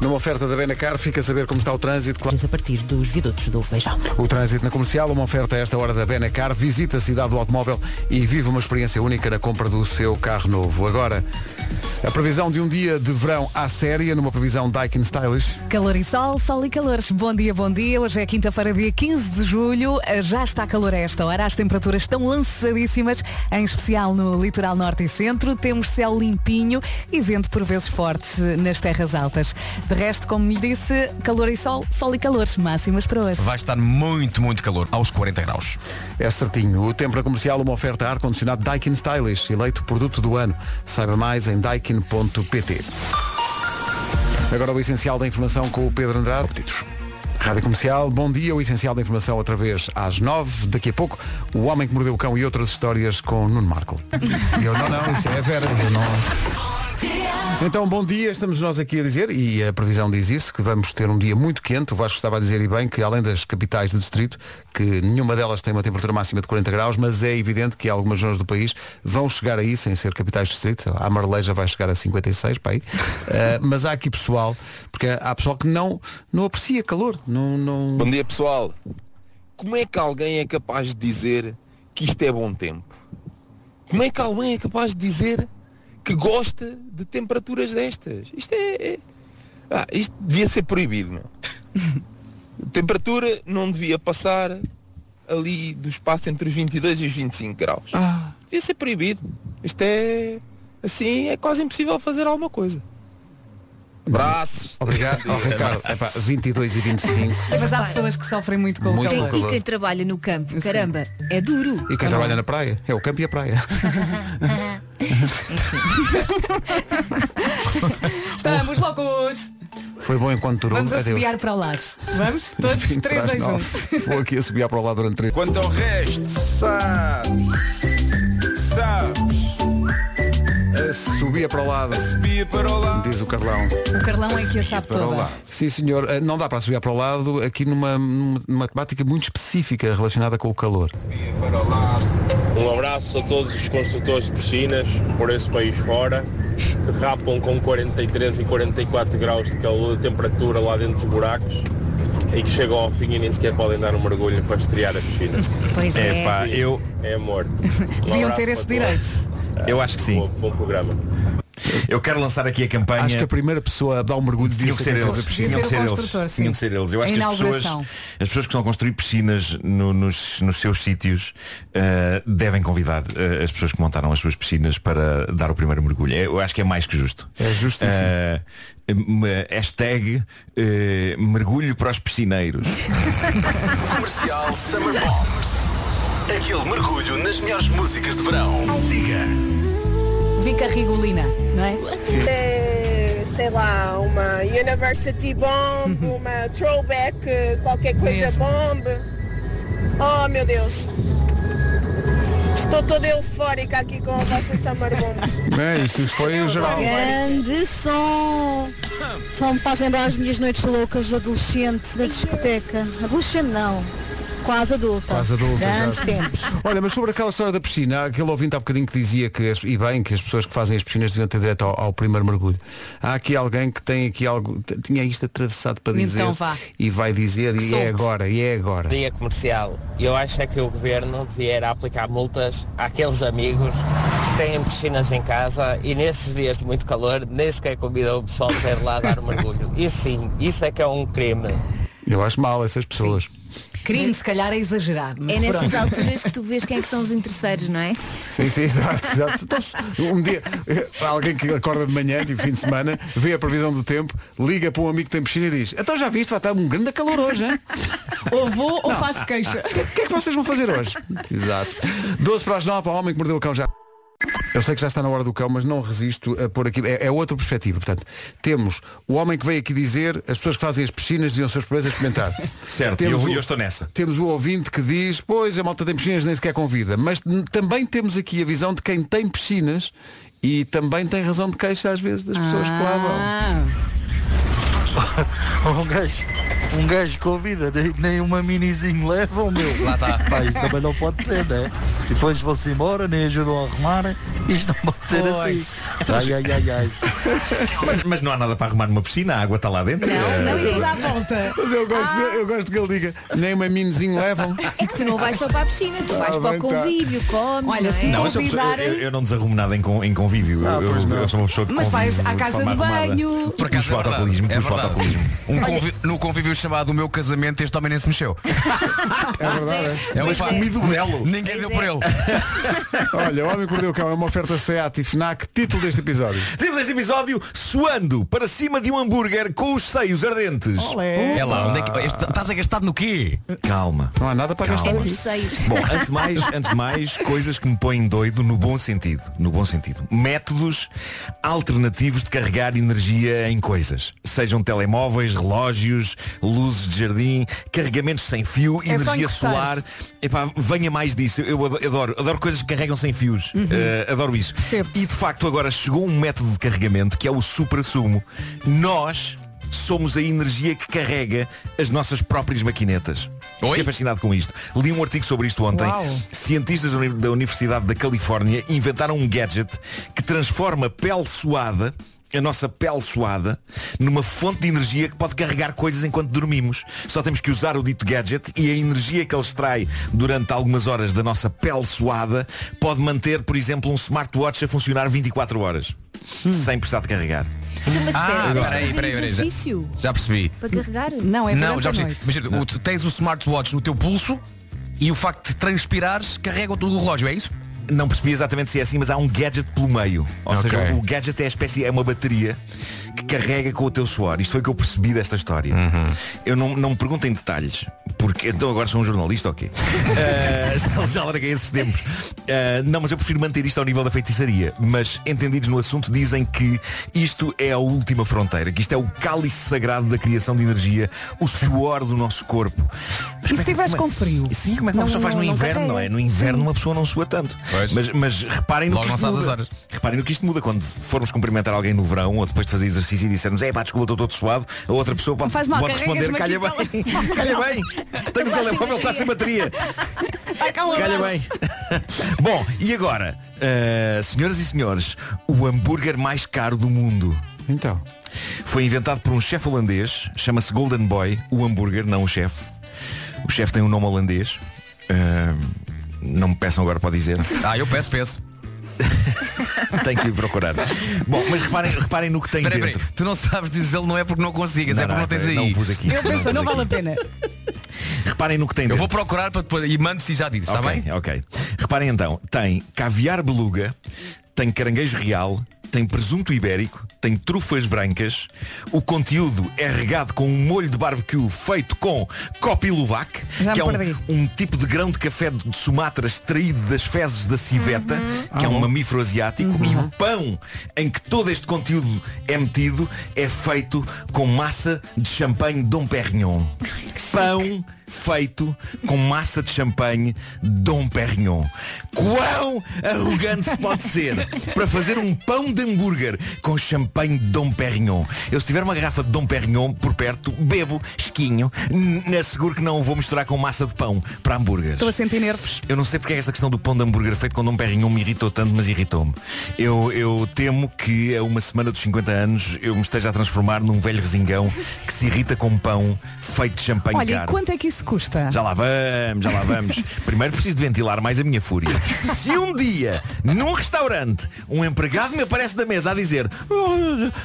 Speaker 2: Numa oferta da Benacar, fica a saber como está o trânsito. Claro.
Speaker 10: A partir dos viadutos do Feijão.
Speaker 2: O trânsito na comercial, uma oferta a esta hora da Benacar. Visita a cidade do automóvel e vive uma experiência única na compra do seu carro novo. Agora, a previsão de um dia de verão à séria, numa previsão Daikin Stylish.
Speaker 4: Calor e sol, sol e calores. Bom dia, bom dia. Hoje é quinta-feira, dia 15 de julho. Eh, Já está calor a esta hora. As temperaturas estão lançadíssimas, em especial no litoral norte e centro. Temos céu limpinho e vento por vezes forte nas terras altas. De resto, como lhe disse, calor e sol, sol e calores. Máximas para hoje.
Speaker 9: Vai estar muito, muito calor, aos 40 graus.
Speaker 2: É certinho. O tempo na comercial, uma oferta a ar-condicionado Daikin Stylish, eleito produto do ano. Saiba mais em daikin.pt. Agora o essencial da informação com o Pedro Andrade. Rádio Comercial, bom dia. O essencial da informação outra vez às nove. Daqui a pouco, o homem que mordeu o cão e outras histórias com Nuno Marco. E eu, não, não, isso é a Vera. Eu não... Então, bom dia. Estamos nós aqui a dizer, e a previsão diz isso, que vamos ter um dia muito quente. O Vasco estava a dizer e bem que, além das capitais de distrito, que nenhuma delas tem uma temperatura máxima de 40 graus, mas é evidente que algumas zonas do país vão chegar aí, sem ser capitais de distrito. A Marleja vai chegar a 56,
Speaker 4: [laughs]
Speaker 2: para aí. Eh, mas há aqui pessoal, porque há pessoal que não, não aprecia calor. Não, não...
Speaker 14: Bom dia pessoal. Como é que alguém é capaz de dizer que isto é bom tempo? Como é que alguém é capaz de dizer que gosta de temperaturas destas? Isto é. é- Ah, isto devia ser
Speaker 13: [laughs]
Speaker 14: proibido, meu. A Temperatura não devia passar ali do espaço entre os 22 e os 25 graus.
Speaker 4: Ah.
Speaker 14: Devia ser proibido. Isto é. Assim é quase impossível fazer alguma coisa. Abraços.
Speaker 4: [laughs]
Speaker 2: Obrigado,
Speaker 4: É,
Speaker 2: ó, Ricardo. Epá, 22 e 25.
Speaker 4: Mas há pessoas que sofrem muito com
Speaker 2: Muito
Speaker 4: o
Speaker 2: com
Speaker 4: calor.
Speaker 2: o calor.
Speaker 5: Quem trabalha no campo, caramba, é duro.
Speaker 4: Tá
Speaker 2: E quem trabalha na praia? É o campo e a praia.
Speaker 4: Estamos loucos!
Speaker 2: Foi bom enquanto durou.
Speaker 4: Vamos
Speaker 2: Adeus.
Speaker 4: assobiar para o lado.
Speaker 2: [laughs]
Speaker 4: Vamos? Todos, um.
Speaker 2: 20
Speaker 4: 3,
Speaker 2: para as
Speaker 4: 2, 1.
Speaker 2: nove. Vou aqui a subir para o lado durante 3. Quanto ao resto, sabes? Sabes? Subia para o lado. Subia para o lado. Diz o Carlão.
Speaker 4: O Carlão é que a sabe toda.
Speaker 2: Tá Sim, senhor. Eh, Não dá para subir para o lado aqui numa, numa temática muito específica relacionada com o calor.
Speaker 15: Um abraço a todos os construtores de piscinas por esse país fora, que rapam com 43 e 44 graus de calor, de temperatura lá dentro dos buracos e que chegam ao fim e nem sequer podem dar um mergulho para estrear a piscina.
Speaker 12: Pois é. Epá, eu-
Speaker 15: É amor. Um
Speaker 12: [laughs] Deviam
Speaker 15: abraço
Speaker 12: ter
Speaker 15: para todos.
Speaker 12: esse direito. Eu acho que sim. Bom,
Speaker 15: programa.
Speaker 12: Eu quero lançar aqui a campanha.
Speaker 2: Acho que a primeira pessoa a dar um mergulho devia
Speaker 12: Tinham é.
Speaker 4: é
Speaker 12: que
Speaker 2: quem fez
Speaker 12: ser eles.
Speaker 2: a piscina.
Speaker 12: Tinham que ser eles. Tinham que ser eles. Eu acho que as pessoas, as pessoas que estão a construir piscinas no- nos, nos seus sítios eh, devem convidar eh, as pessoas que montaram as suas piscinas para dar o primeiro mergulho. É- Eu acho que é mais que justo.
Speaker 2: É justíssimo.
Speaker 12: Eh, eh, hashtag eh, mergulho para
Speaker 4: [laughs]
Speaker 12: os piscineiros.
Speaker 16: Comercial Summer Bombs. Aquele mergulho nas melhores músicas de verão. Siga.
Speaker 4: Vica Rigolina, não é?
Speaker 13: Eh, sei lá, uma University Bomb,
Speaker 2: Uhum.
Speaker 13: uma Throwback, eh, qualquer coisa bomb. Oh meu Deus! Estou toda eufórica aqui com a vossa Summer Bomb.
Speaker 2: Bem, isto foi em
Speaker 12: [laughs]
Speaker 2: geral.
Speaker 13: Grande som! Só me faz lembrar as minhas noites loucas de adolescente da discoteca. Adolescente não, quase adulta.
Speaker 2: Quase adulta,
Speaker 13: Grandes
Speaker 2: exato.
Speaker 13: tempos.
Speaker 2: Olha, mas sobre aquela história da piscina, há aquele ouvinte há bocadinho que dizia que, as- e bem, que as pessoas que fazem as piscinas deviam ter direito ao, ao primeiro mergulho. Há aqui alguém que tem aqui algo, t- tinha isto atravessado para
Speaker 17: Então
Speaker 2: dizer
Speaker 17: vá.
Speaker 2: e vai dizer e
Speaker 17: solte.
Speaker 2: é agora, e é agora.
Speaker 17: Dia comercial. Eu acho é que o governo devia ir a aplicar multas àqueles amigos que têm piscinas em casa e nesses dias de muito calor nem sequer convida o pessoal para ir lá dar um mergulho. Isso sim, isso é que é um crime.
Speaker 2: Eu acho mal essas pessoas.
Speaker 4: Crime, se calhar, é exagerado. mas
Speaker 5: É nestas
Speaker 4: pronto.
Speaker 5: alturas que tu vês quem é que são os interesseiros,
Speaker 13: [laughs]
Speaker 5: não é?
Speaker 2: Sim, sim, exato, exato. Então, se um dia, eh, alguém que acorda de manhã, tipo fim de semana, vê a previsão do tempo, liga para um amigo que tem piscina e diz, então já viste, vai estar um grande calor hoje, hein?
Speaker 4: [laughs] Ou vou ou
Speaker 2: Não.
Speaker 4: faço queixa.
Speaker 2: O que é que vocês vão fazer hoje? [laughs] Exato. 12 para as 9, o homem que mordeu o cão já. Eu sei que já está na hora do cão, mas não resisto a pôr aqui. É, é outra perspectiva. Portanto, temos o homem que veio aqui dizer, as pessoas que fazem as piscinas deviam seus primeiros a experimentar. [laughs]
Speaker 12: Certo,
Speaker 2: Temos
Speaker 12: eu,
Speaker 2: o-
Speaker 12: eu estou nessa.
Speaker 2: Temos o ouvinte que diz, pois a malta tem piscinas nem sequer convida. Mas n- também temos aqui a visão de quem tem piscinas e também tem razão de queixa às vezes das pessoas que lá vão.
Speaker 4: Ah.
Speaker 18: um gajo, um gajo convida, nem, nem uma minizinho levam, meu.
Speaker 9: Lá tá.
Speaker 18: Pá, isso também não pode ser, né? E depois vão-se embora, nem ajudam a arrumar. né? Isto não pode ser
Speaker 12: Pois.
Speaker 18: assim. Ai, ai, ai, ai.
Speaker 12: mas, mas não há nada para arrumar numa piscina, a água está lá dentro. Eh,
Speaker 4: à volta.
Speaker 2: Mas eu gosto, de- eu gosto que ele diga, nem uma minizinho levam.
Speaker 5: É que tu não vais só para a piscina, tu
Speaker 2: Ah,
Speaker 5: vais para
Speaker 2: bem,
Speaker 5: o
Speaker 2: tá.
Speaker 5: convívio, comes,
Speaker 4: Olha,
Speaker 5: não é?
Speaker 12: Não, eu, sou uma pessoa- eu- eu não desarrumo nada em, con- em convívio. Eu- eu, eu sou uma pessoa que
Speaker 4: Ah, Mas
Speaker 12: convive
Speaker 4: vais à
Speaker 12: de
Speaker 4: casa
Speaker 12: forma
Speaker 4: de
Speaker 12: arrumada.
Speaker 4: banho.
Speaker 12: Por acaso, puxo o alcoolismo, puxo o alcoolismo.
Speaker 9: Um convi- No convívio chamado O Meu Casamento, este homem nem se mexeu.
Speaker 2: É verdade.
Speaker 9: É um facto. Ninguém deu por ele.
Speaker 2: Olha, o Homem que Mordeu o Cão é uma oferta SEAT e FNAC, título deste episódio.
Speaker 12: Título deste episódio. episódio suando para cima de um hambúrguer com os seios ardentes.
Speaker 9: É lá, onde é que- este- estás a gastar no quê?
Speaker 12: Calma.
Speaker 2: Não há nada para
Speaker 9: gastar
Speaker 5: nos seios.
Speaker 12: Bom, antes de mais, antes de mais, coisas que me põem doido no bom sentido, no bom sentido. Métodos alternativos de carregar energia em coisas, sejam telemóveis, relógios, luzes de jardim, carregamentos sem fio,
Speaker 16: É só
Speaker 12: energia
Speaker 16: encostar.
Speaker 12: solar. Epá, venha mais disso. Eu ado- adoro, adoro coisas que carregam sem fios. Eh, adoro isso. E de facto agora chegou um método de carregamento que é o supra-sumo. Nós somos a energia que carrega as nossas próprias maquinetas. Fiquei fascinado com isto. Li um artigo sobre isto ontem.
Speaker 16: Uau.
Speaker 12: Cientistas da Uni- da Universidade da Califórnia inventaram um gadget que transforma pele suada a nossa pele suada numa fonte de energia que pode carregar coisas enquanto dormimos. Só temos que usar o dito gadget e a energia que ele extrai durante algumas horas da nossa pele suada pode manter, por exemplo, um smartwatch a funcionar 24 horas. Sem precisar de carregar.
Speaker 5: Então, mas espera,
Speaker 9: Ah,
Speaker 5: tens
Speaker 9: peraí, peraí,
Speaker 5: que fazer
Speaker 9: peraí, já-
Speaker 5: exercício
Speaker 9: Já percebi.
Speaker 5: para carregar?
Speaker 4: é
Speaker 5: Não,
Speaker 9: não, já percebi. Imagina, o- tu tens o smartwatch no teu pulso e o facto de transpirares carrega tudo o relógio, é isso?
Speaker 12: Não percebi exatamente se é assim, mas há um gadget pelo meio. Ou
Speaker 9: Ok.
Speaker 12: seja, o gadget é a espécie, é uma bateria que carrega com o teu suor. Isto foi o que eu percebi desta história. Eu não, não me pergunto em detalhes, porque então agora sou um jornalista ou [laughs] quê? Ah, já- já larguei esses tempos. Ah, não, mas eu prefiro manter isto ao nível da feitiçaria. Mas entendidos no assunto dizem que isto é a última fronteira, que isto é o cálice sagrado da criação de energia, o suor do nosso corpo.
Speaker 4: E se estiveres com frio?
Speaker 12: Sim, como é que uma pessoa faz no inverno, não é? No inverno uma pessoa não sua tanto. Mas, mas reparem no
Speaker 9: Logo
Speaker 12: que
Speaker 9: não
Speaker 12: isto
Speaker 9: sabe as
Speaker 12: muda.
Speaker 9: horas.
Speaker 12: Reparem no que isto muda quando formos cumprimentar alguém no verão ou depois de fazer exercício e dissermos, é pá, desculpa, estou todo suado, a outra pessoa pode,
Speaker 4: Faz mal,
Speaker 12: pode responder, calha bem. [laughs] Calha
Speaker 4: [laughs]
Speaker 12: bem. Tenho o telemóvel, está sem bateria. Calha bem. [laughs] Bom, e agora, uh, senhoras e senhores, o hambúrguer mais caro do mundo.
Speaker 2: Então.
Speaker 12: Foi inventado por um chefe holandês, chama-se Golden Boy, o hambúrguer, não o chefe. O chefe tem um nome holandês. uh, não me peçam agora para dizer. [laughs]
Speaker 9: Ah, eu peço, peço.
Speaker 12: Tenho que ir procurar. Bom, mas reparem, reparem no que tem
Speaker 9: Peraí,
Speaker 12: dentro.
Speaker 9: peraí, tu não sabes dizê-lo, não é porque não consigas,
Speaker 12: Não,
Speaker 9: é porque
Speaker 12: não,
Speaker 9: não, tens
Speaker 12: peraí,
Speaker 9: aí.
Speaker 12: não pus aqui.
Speaker 4: Eu penso, não vale a pena.
Speaker 12: Reparem no que tem
Speaker 9: Eu
Speaker 12: dentro.
Speaker 9: vou procurar para depois e mando-se e já digo, está
Speaker 12: Ok,
Speaker 9: bem?
Speaker 12: Ok. Reparem então, tem caviar beluga, tem caranguejo real, tem presunto ibérico, tem trufas brancas, o conteúdo é regado com um molho de barbecue feito com copiluvac,
Speaker 16: Já
Speaker 12: que
Speaker 16: me
Speaker 12: é um,
Speaker 16: perdi.
Speaker 12: um tipo de grão de café de de Sumatra extraído das fezes da civeta, que é
Speaker 16: Ah,
Speaker 12: um
Speaker 16: bom.
Speaker 12: mamífero asiático,
Speaker 16: Uhum.
Speaker 12: e o pão em que todo este conteúdo é metido é feito com massa de champanhe Dom Perignon. Pão feito com massa de champanhe Dom Perignon. Quão arrogante se pode ser para fazer um pão de hambúrguer com champanhe Dom Perignon. Eu se tiver uma garrafa de Dom Perignon por perto, bebo, esquinho, n- asseguro que não o vou misturar com massa de pão para hambúrgueres.
Speaker 4: Estou a sentir nervos.
Speaker 12: Eu não sei porque é esta questão do pão de hambúrguer feito com Dom Perignon me irritou tanto, mas irritou-me. Eu, eu temo que a uma semana dos 50 anos eu me esteja a transformar num velho resingão que se irrita com pão feito de champanhe
Speaker 4: Olha, e
Speaker 12: caro.
Speaker 4: quanto é que isso custa?
Speaker 12: Já lá vamos, já lá vamos. Primeiro preciso de ventilar mais a minha fúria. Se um dia, num restaurante, um empregado me aparece da mesa a dizer "Oh,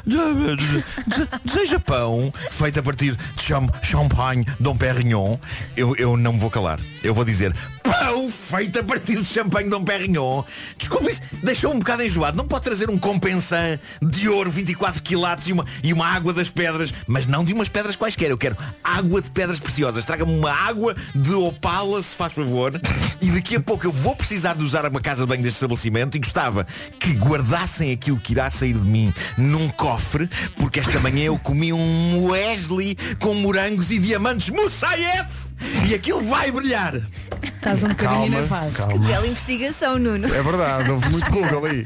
Speaker 12: de- de- de- deseja pão feito a partir de cham- champanhe Dom Perignon, eu, eu não me vou calar. Eu vou dizer pão feito a partir de champanhe Dom Perignon. Desculpe, isso deixou um bocado enjoado. Não pode trazer um compensan de ouro 24 quilates e uma, e uma água das pedras, mas não de umas pedras quaisquer. Eu quero água de pedras preciosas. Traga-me uma água de opala, se faz favor. E daqui a pouco eu vou precisar de usar uma casa de banho deste estabelecimento e gostava que guardassem aquilo que irá sair de mim num cofre, porque esta manhã eu comi um Wesley com morangos e diamantes Mussaef! E aquilo vai brilhar!
Speaker 4: Estás um bocadinho
Speaker 2: Calma,
Speaker 4: nervoso.
Speaker 2: calma.
Speaker 5: Bela investigação, Nuno.
Speaker 2: É verdade, houve muito Google aí.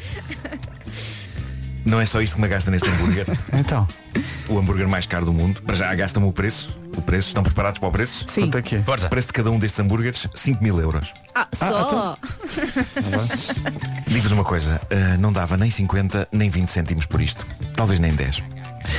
Speaker 12: Não é só isto que me gasta neste hambúrguer.
Speaker 2: então.
Speaker 12: O hambúrguer mais caro do mundo. Para já gasta-me o preço. O preço. Estão preparados para o preço?
Speaker 4: Sim.
Speaker 2: Quanto é que é?
Speaker 12: O preço de cada um destes hambúrgueres, 5 mil euros.
Speaker 5: Ah,
Speaker 2: então-
Speaker 5: só.
Speaker 12: eh, Digo-vos uma coisa, ah, não dava nem 50 nem 20 cêntimos por isto. Talvez nem 10.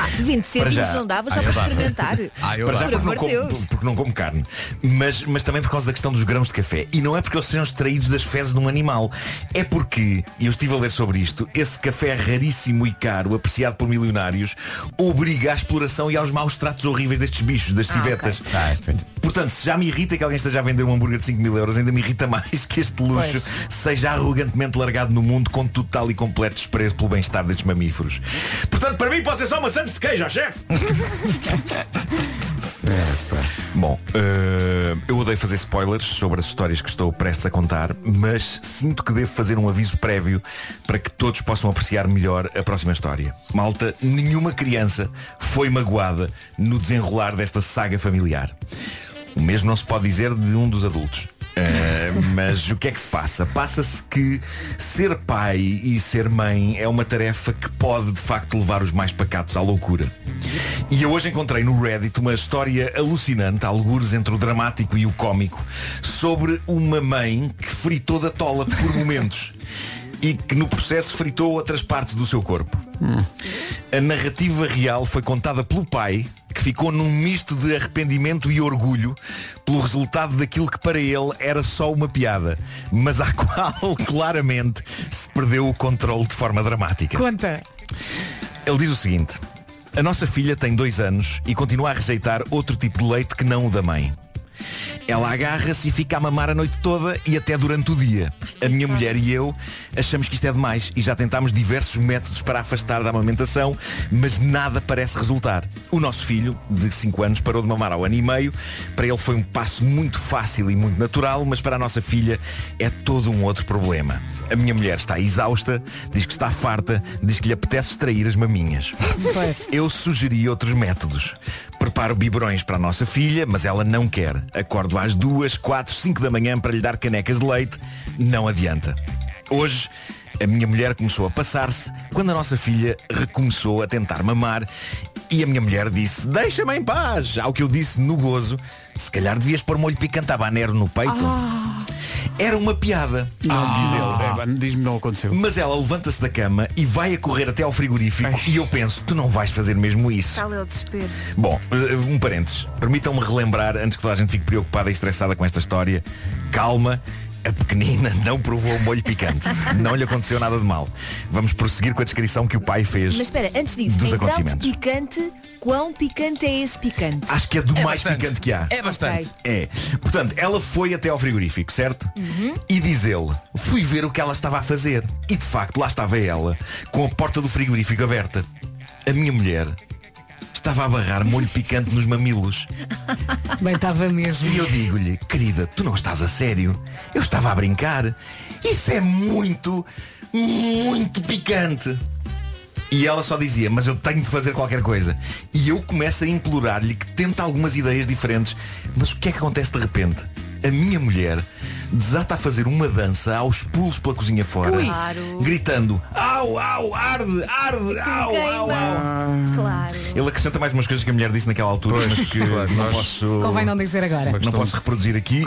Speaker 5: Ah, 20 cêntimos não dava já
Speaker 12: Ah,
Speaker 5: para
Speaker 12: dava.
Speaker 2: [laughs]
Speaker 5: experimentar.
Speaker 12: Ah, eu para já
Speaker 5: Por
Speaker 12: porque não,
Speaker 5: amor de
Speaker 12: como,
Speaker 5: Deus.
Speaker 12: por- porque não como carne mas, mas também por causa da questão dos grãos de café E não é porque eles sejam extraídos das fezes de um animal É porque, e eu estive a ler sobre isto Esse café raríssimo e caro Apreciado por milionários Obriga à exploração e aos maus tratos horríveis Destes bichos,
Speaker 5: Ah,
Speaker 12: das civetas Portanto, se já me irrita que alguém esteja a vender Um hambúrguer de 5 mil euros, ainda me irrita [laughs] mais Que este luxo seja arrogantemente largado no mundo Com total e completo desprezo Pelo bem-estar destes mamíferos Portanto, para mim pode ser só maçãs de queijo, ó chefe Bom, eh, eu odeio fazer spoilers sobre as histórias que estou prestes a contar, mas sinto que devo fazer um aviso prévio para que todos possam apreciar melhor a próxima história. Malta, nenhuma criança foi magoada no desenrolar desta saga familiar. O mesmo não se pode dizer de um dos adultos. Eh, mas o que é que se passa? Passa-se que ser pai e ser mãe é uma tarefa que pode de facto levar os mais pacatos à loucura. E eu hoje encontrei no Reddit uma história alucinante, algures entre o dramático e o cómico, sobre uma mãe que fritou da tola por momentos e que no processo fritou outras partes do seu corpo. A narrativa real foi contada pelo pai, que ficou num misto de arrependimento e orgulho pelo resultado daquilo que para ele era só uma piada, mas à [laughs] qual claramente se perdeu o controle de forma dramática.
Speaker 4: Conta.
Speaker 12: Ele diz o seguinte: A nossa filha tem dois anos e continua a rejeitar outro tipo de leite que não o da mãe. Ela agarra-se e fica a mamar a noite toda e até durante o dia. A minha mulher e eu achamos que isto é demais e já tentámos diversos métodos para afastar da amamentação, mas nada parece resultar. O nosso filho, de 5 anos, parou de mamar ao ano e meio. Para ele foi um passo muito fácil e muito natural, mas para a nossa filha é todo um outro problema. A minha mulher está exausta, diz que está farta, diz que lhe apetece extrair as maminhas. Eu sugeri outros métodos. Preparo biberões para a nossa filha, mas ela não quer. Acordo às duas, quatro, cinco da manhã para lhe dar canecas de leite. Não adianta. Hoje, a minha mulher começou a passar-se quando a nossa filha recomeçou a tentar mamar e a minha mulher disse, deixa-me em paz. Ao que eu disse no gozo, se calhar devias pôr molho picante a banero no peito. Era uma piada. Não
Speaker 2: É,
Speaker 12: diz ele. É Diz-me não aconteceu.
Speaker 2: Ah,
Speaker 12: Mas ela levanta-se da cama e vai a correr até ao frigorífico e eu penso, tu não vais fazer mesmo isso.
Speaker 5: Está ali é o desespero.
Speaker 12: Bom, eh, um parênteses. Permitam-me relembrar, antes que toda a gente fique preocupada e estressada com esta história, calma, a pequenina não provou um
Speaker 5: [laughs]
Speaker 12: molho picante. não lhe aconteceu nada de mal. Vamos prosseguir com a descrição que o pai fez.
Speaker 5: Mas espera, antes disso,
Speaker 12: dos
Speaker 5: em grau de
Speaker 12: acontecimentos.
Speaker 5: picante, quão picante é esse picante?
Speaker 12: Acho que é do
Speaker 5: É
Speaker 12: mais
Speaker 5: bastante.
Speaker 12: picante que há.
Speaker 5: É bastante.
Speaker 12: É. Portanto, ela foi até ao frigorífico, certo? E diz ele, fui ver o que ela estava a fazer. E de facto, lá estava ela, com a porta do frigorífico aberta. A minha mulher estava a barrar molho picante nos mamilos.
Speaker 4: Bem, estava mesmo.
Speaker 12: E eu digo-lhe, querida, tu não estás a sério? Eu estava a brincar. Isso é muito, muito picante. E ela só dizia, mas eu tenho de fazer qualquer coisa. E eu começo a implorar-lhe que tente algumas ideias diferentes. Mas o que é que acontece de repente? A minha mulher desata a fazer uma dança aos pulos pela cozinha fora,
Speaker 5: Ui. Claro.
Speaker 12: gritando Au, au, arde, arde, au, au, au.
Speaker 5: Claro.
Speaker 12: Ele acrescenta mais umas coisas que a mulher disse naquela altura, mas que não posso.
Speaker 4: Convém não dizer agora.
Speaker 12: Não posso reproduzir aqui.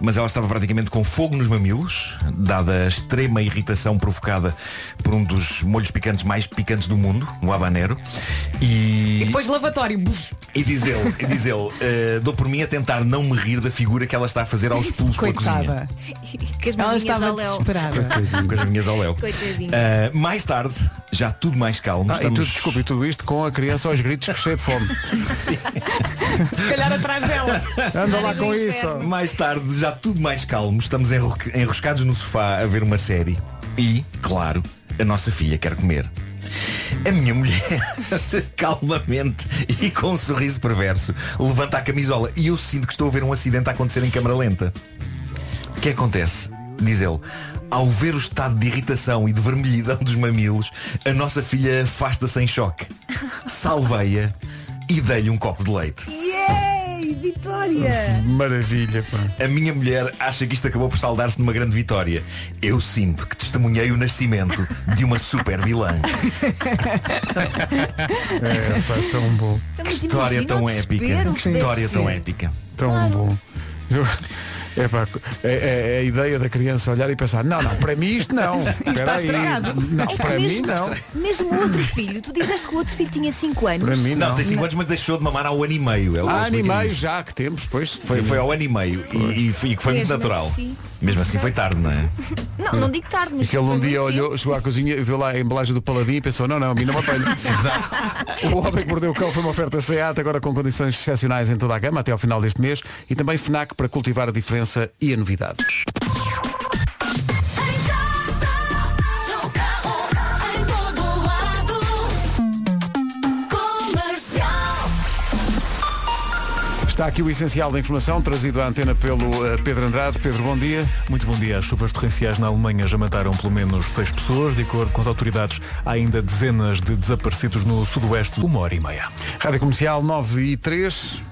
Speaker 12: Mas ela estava praticamente com fogo nos mamilos, dada a extrema irritação provocada por um dos molhos picantes mais picantes do mundo, o habanero. E,
Speaker 4: E depois lavatório. Buf.
Speaker 12: e diz ele, e diz ele "Eh, dou por mim a tentar não me rir da figura que ela está a fazer aos pulos com a cozinha.
Speaker 4: Coitada.
Speaker 5: Que as
Speaker 4: Ela
Speaker 5: maminhas
Speaker 4: estava
Speaker 5: ao Léo.
Speaker 4: desesperada.
Speaker 12: Com as minhas ao Léo.
Speaker 5: Coitadinha.
Speaker 12: Eh, mais tarde, já tudo mais calmo,
Speaker 2: Ah, e
Speaker 12: estamos...
Speaker 2: tudo, desculpe, e tudo isto com a criança aos gritos que cheia de fome.
Speaker 4: Se calhar atrás dela.
Speaker 2: Anda lá com isso.
Speaker 12: Mais tarde, já tudo mais calmo, estamos enro- enroscados no sofá a ver uma série. E, claro, a nossa filha quer comer. A minha mulher, [laughs] calmamente e com um sorriso perverso, levanta a camisola e eu sinto que estou a ver um acidente a acontecer em câmara lenta. O que acontece? Diz ele. Ao ver o estado de irritação e de vermelhidão dos mamilos, a nossa filha afasta-se em choque. Salvei-a e dei-lhe um copo de leite.
Speaker 5: Yay! Vitória!
Speaker 12: Maravilha, pá. A minha mulher acha que isto acabou por saldar-se numa grande vitória. Eu sinto que testemunhei o nascimento de uma super
Speaker 5: [laughs]
Speaker 12: vilã.
Speaker 2: É, pá, tão bom.
Speaker 5: Então,
Speaker 12: Que história tão épica. Que história tão épica.
Speaker 2: Tão bom. Eu, É, pá, é, é a ideia da criança olhar e pensar, não, não, para mim isto não.
Speaker 5: Isto
Speaker 2: Espera
Speaker 5: está
Speaker 2: aí.
Speaker 5: estranhado.
Speaker 2: Não,
Speaker 5: É que
Speaker 2: para mim
Speaker 5: mesmo,
Speaker 2: não.
Speaker 5: Mesmo o outro filho, tu dizeste que o outro filho tinha 5 anos.
Speaker 12: Não, tem 5 anos, mas deixou de mamar há um ano e meio. Ele
Speaker 2: Há
Speaker 12: explica
Speaker 2: ano e meio
Speaker 12: isso.
Speaker 2: já que temos, pois.
Speaker 12: Foi, foi ao ano e meio e, e foi, e que foi muito
Speaker 5: Mesmo
Speaker 12: natural.
Speaker 5: assim.
Speaker 12: Mesmo assim foi tarde, não é?
Speaker 5: Não, não digo tarde, mas.
Speaker 2: Aquele um dia olhou, chegou à cozinha e viu lá a embalagem do Paladinho e pensou, não, não, a mim não me apanha. o Homem que Mordeu o Cão foi uma oferta SEAT, agora com condições excepcionais em toda a gama até ao final deste mês e também FNAC para cultivar a diferença e a novidade. Está aqui o essencial da informação, trazido à antena pelo eh, Pedro Andrade. Pedro, bom dia.
Speaker 7: Muito bom dia. As chuvas torrenciais na Alemanha já mataram pelo menos seis pessoas. De acordo com as autoridades, há ainda dezenas de desaparecidos no sudoeste. Uma hora e meia.
Speaker 2: Rádio Comercial 9 e 3.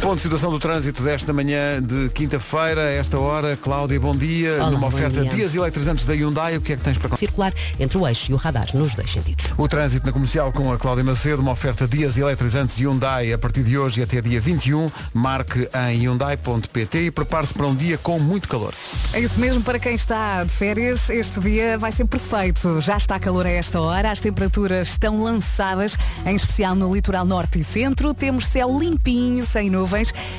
Speaker 2: Ponto de situação do trânsito desta manhã de quinta-feira, a esta hora. Cláudia, bom dia.
Speaker 10: Olá,
Speaker 2: Numa
Speaker 10: bom
Speaker 2: oferta
Speaker 10: dia.
Speaker 2: dias eletrizantes da Hyundai, o que é que tens para contar?
Speaker 10: Circular entre o eixo e o radar nos dois sentidos.
Speaker 2: O trânsito na comercial com a Cláudia Macedo, uma oferta dias eletrizantes Hyundai a partir de hoje e até dia 21. Marque em Hyundai.pt e prepare-se para um dia com muito calor.
Speaker 4: É isso mesmo para quem está de férias, este dia vai ser perfeito. Já está calor a esta hora, as temperaturas estão lançadas, em especial no litoral norte e centro. Temos céu limpinho, sem nuvens,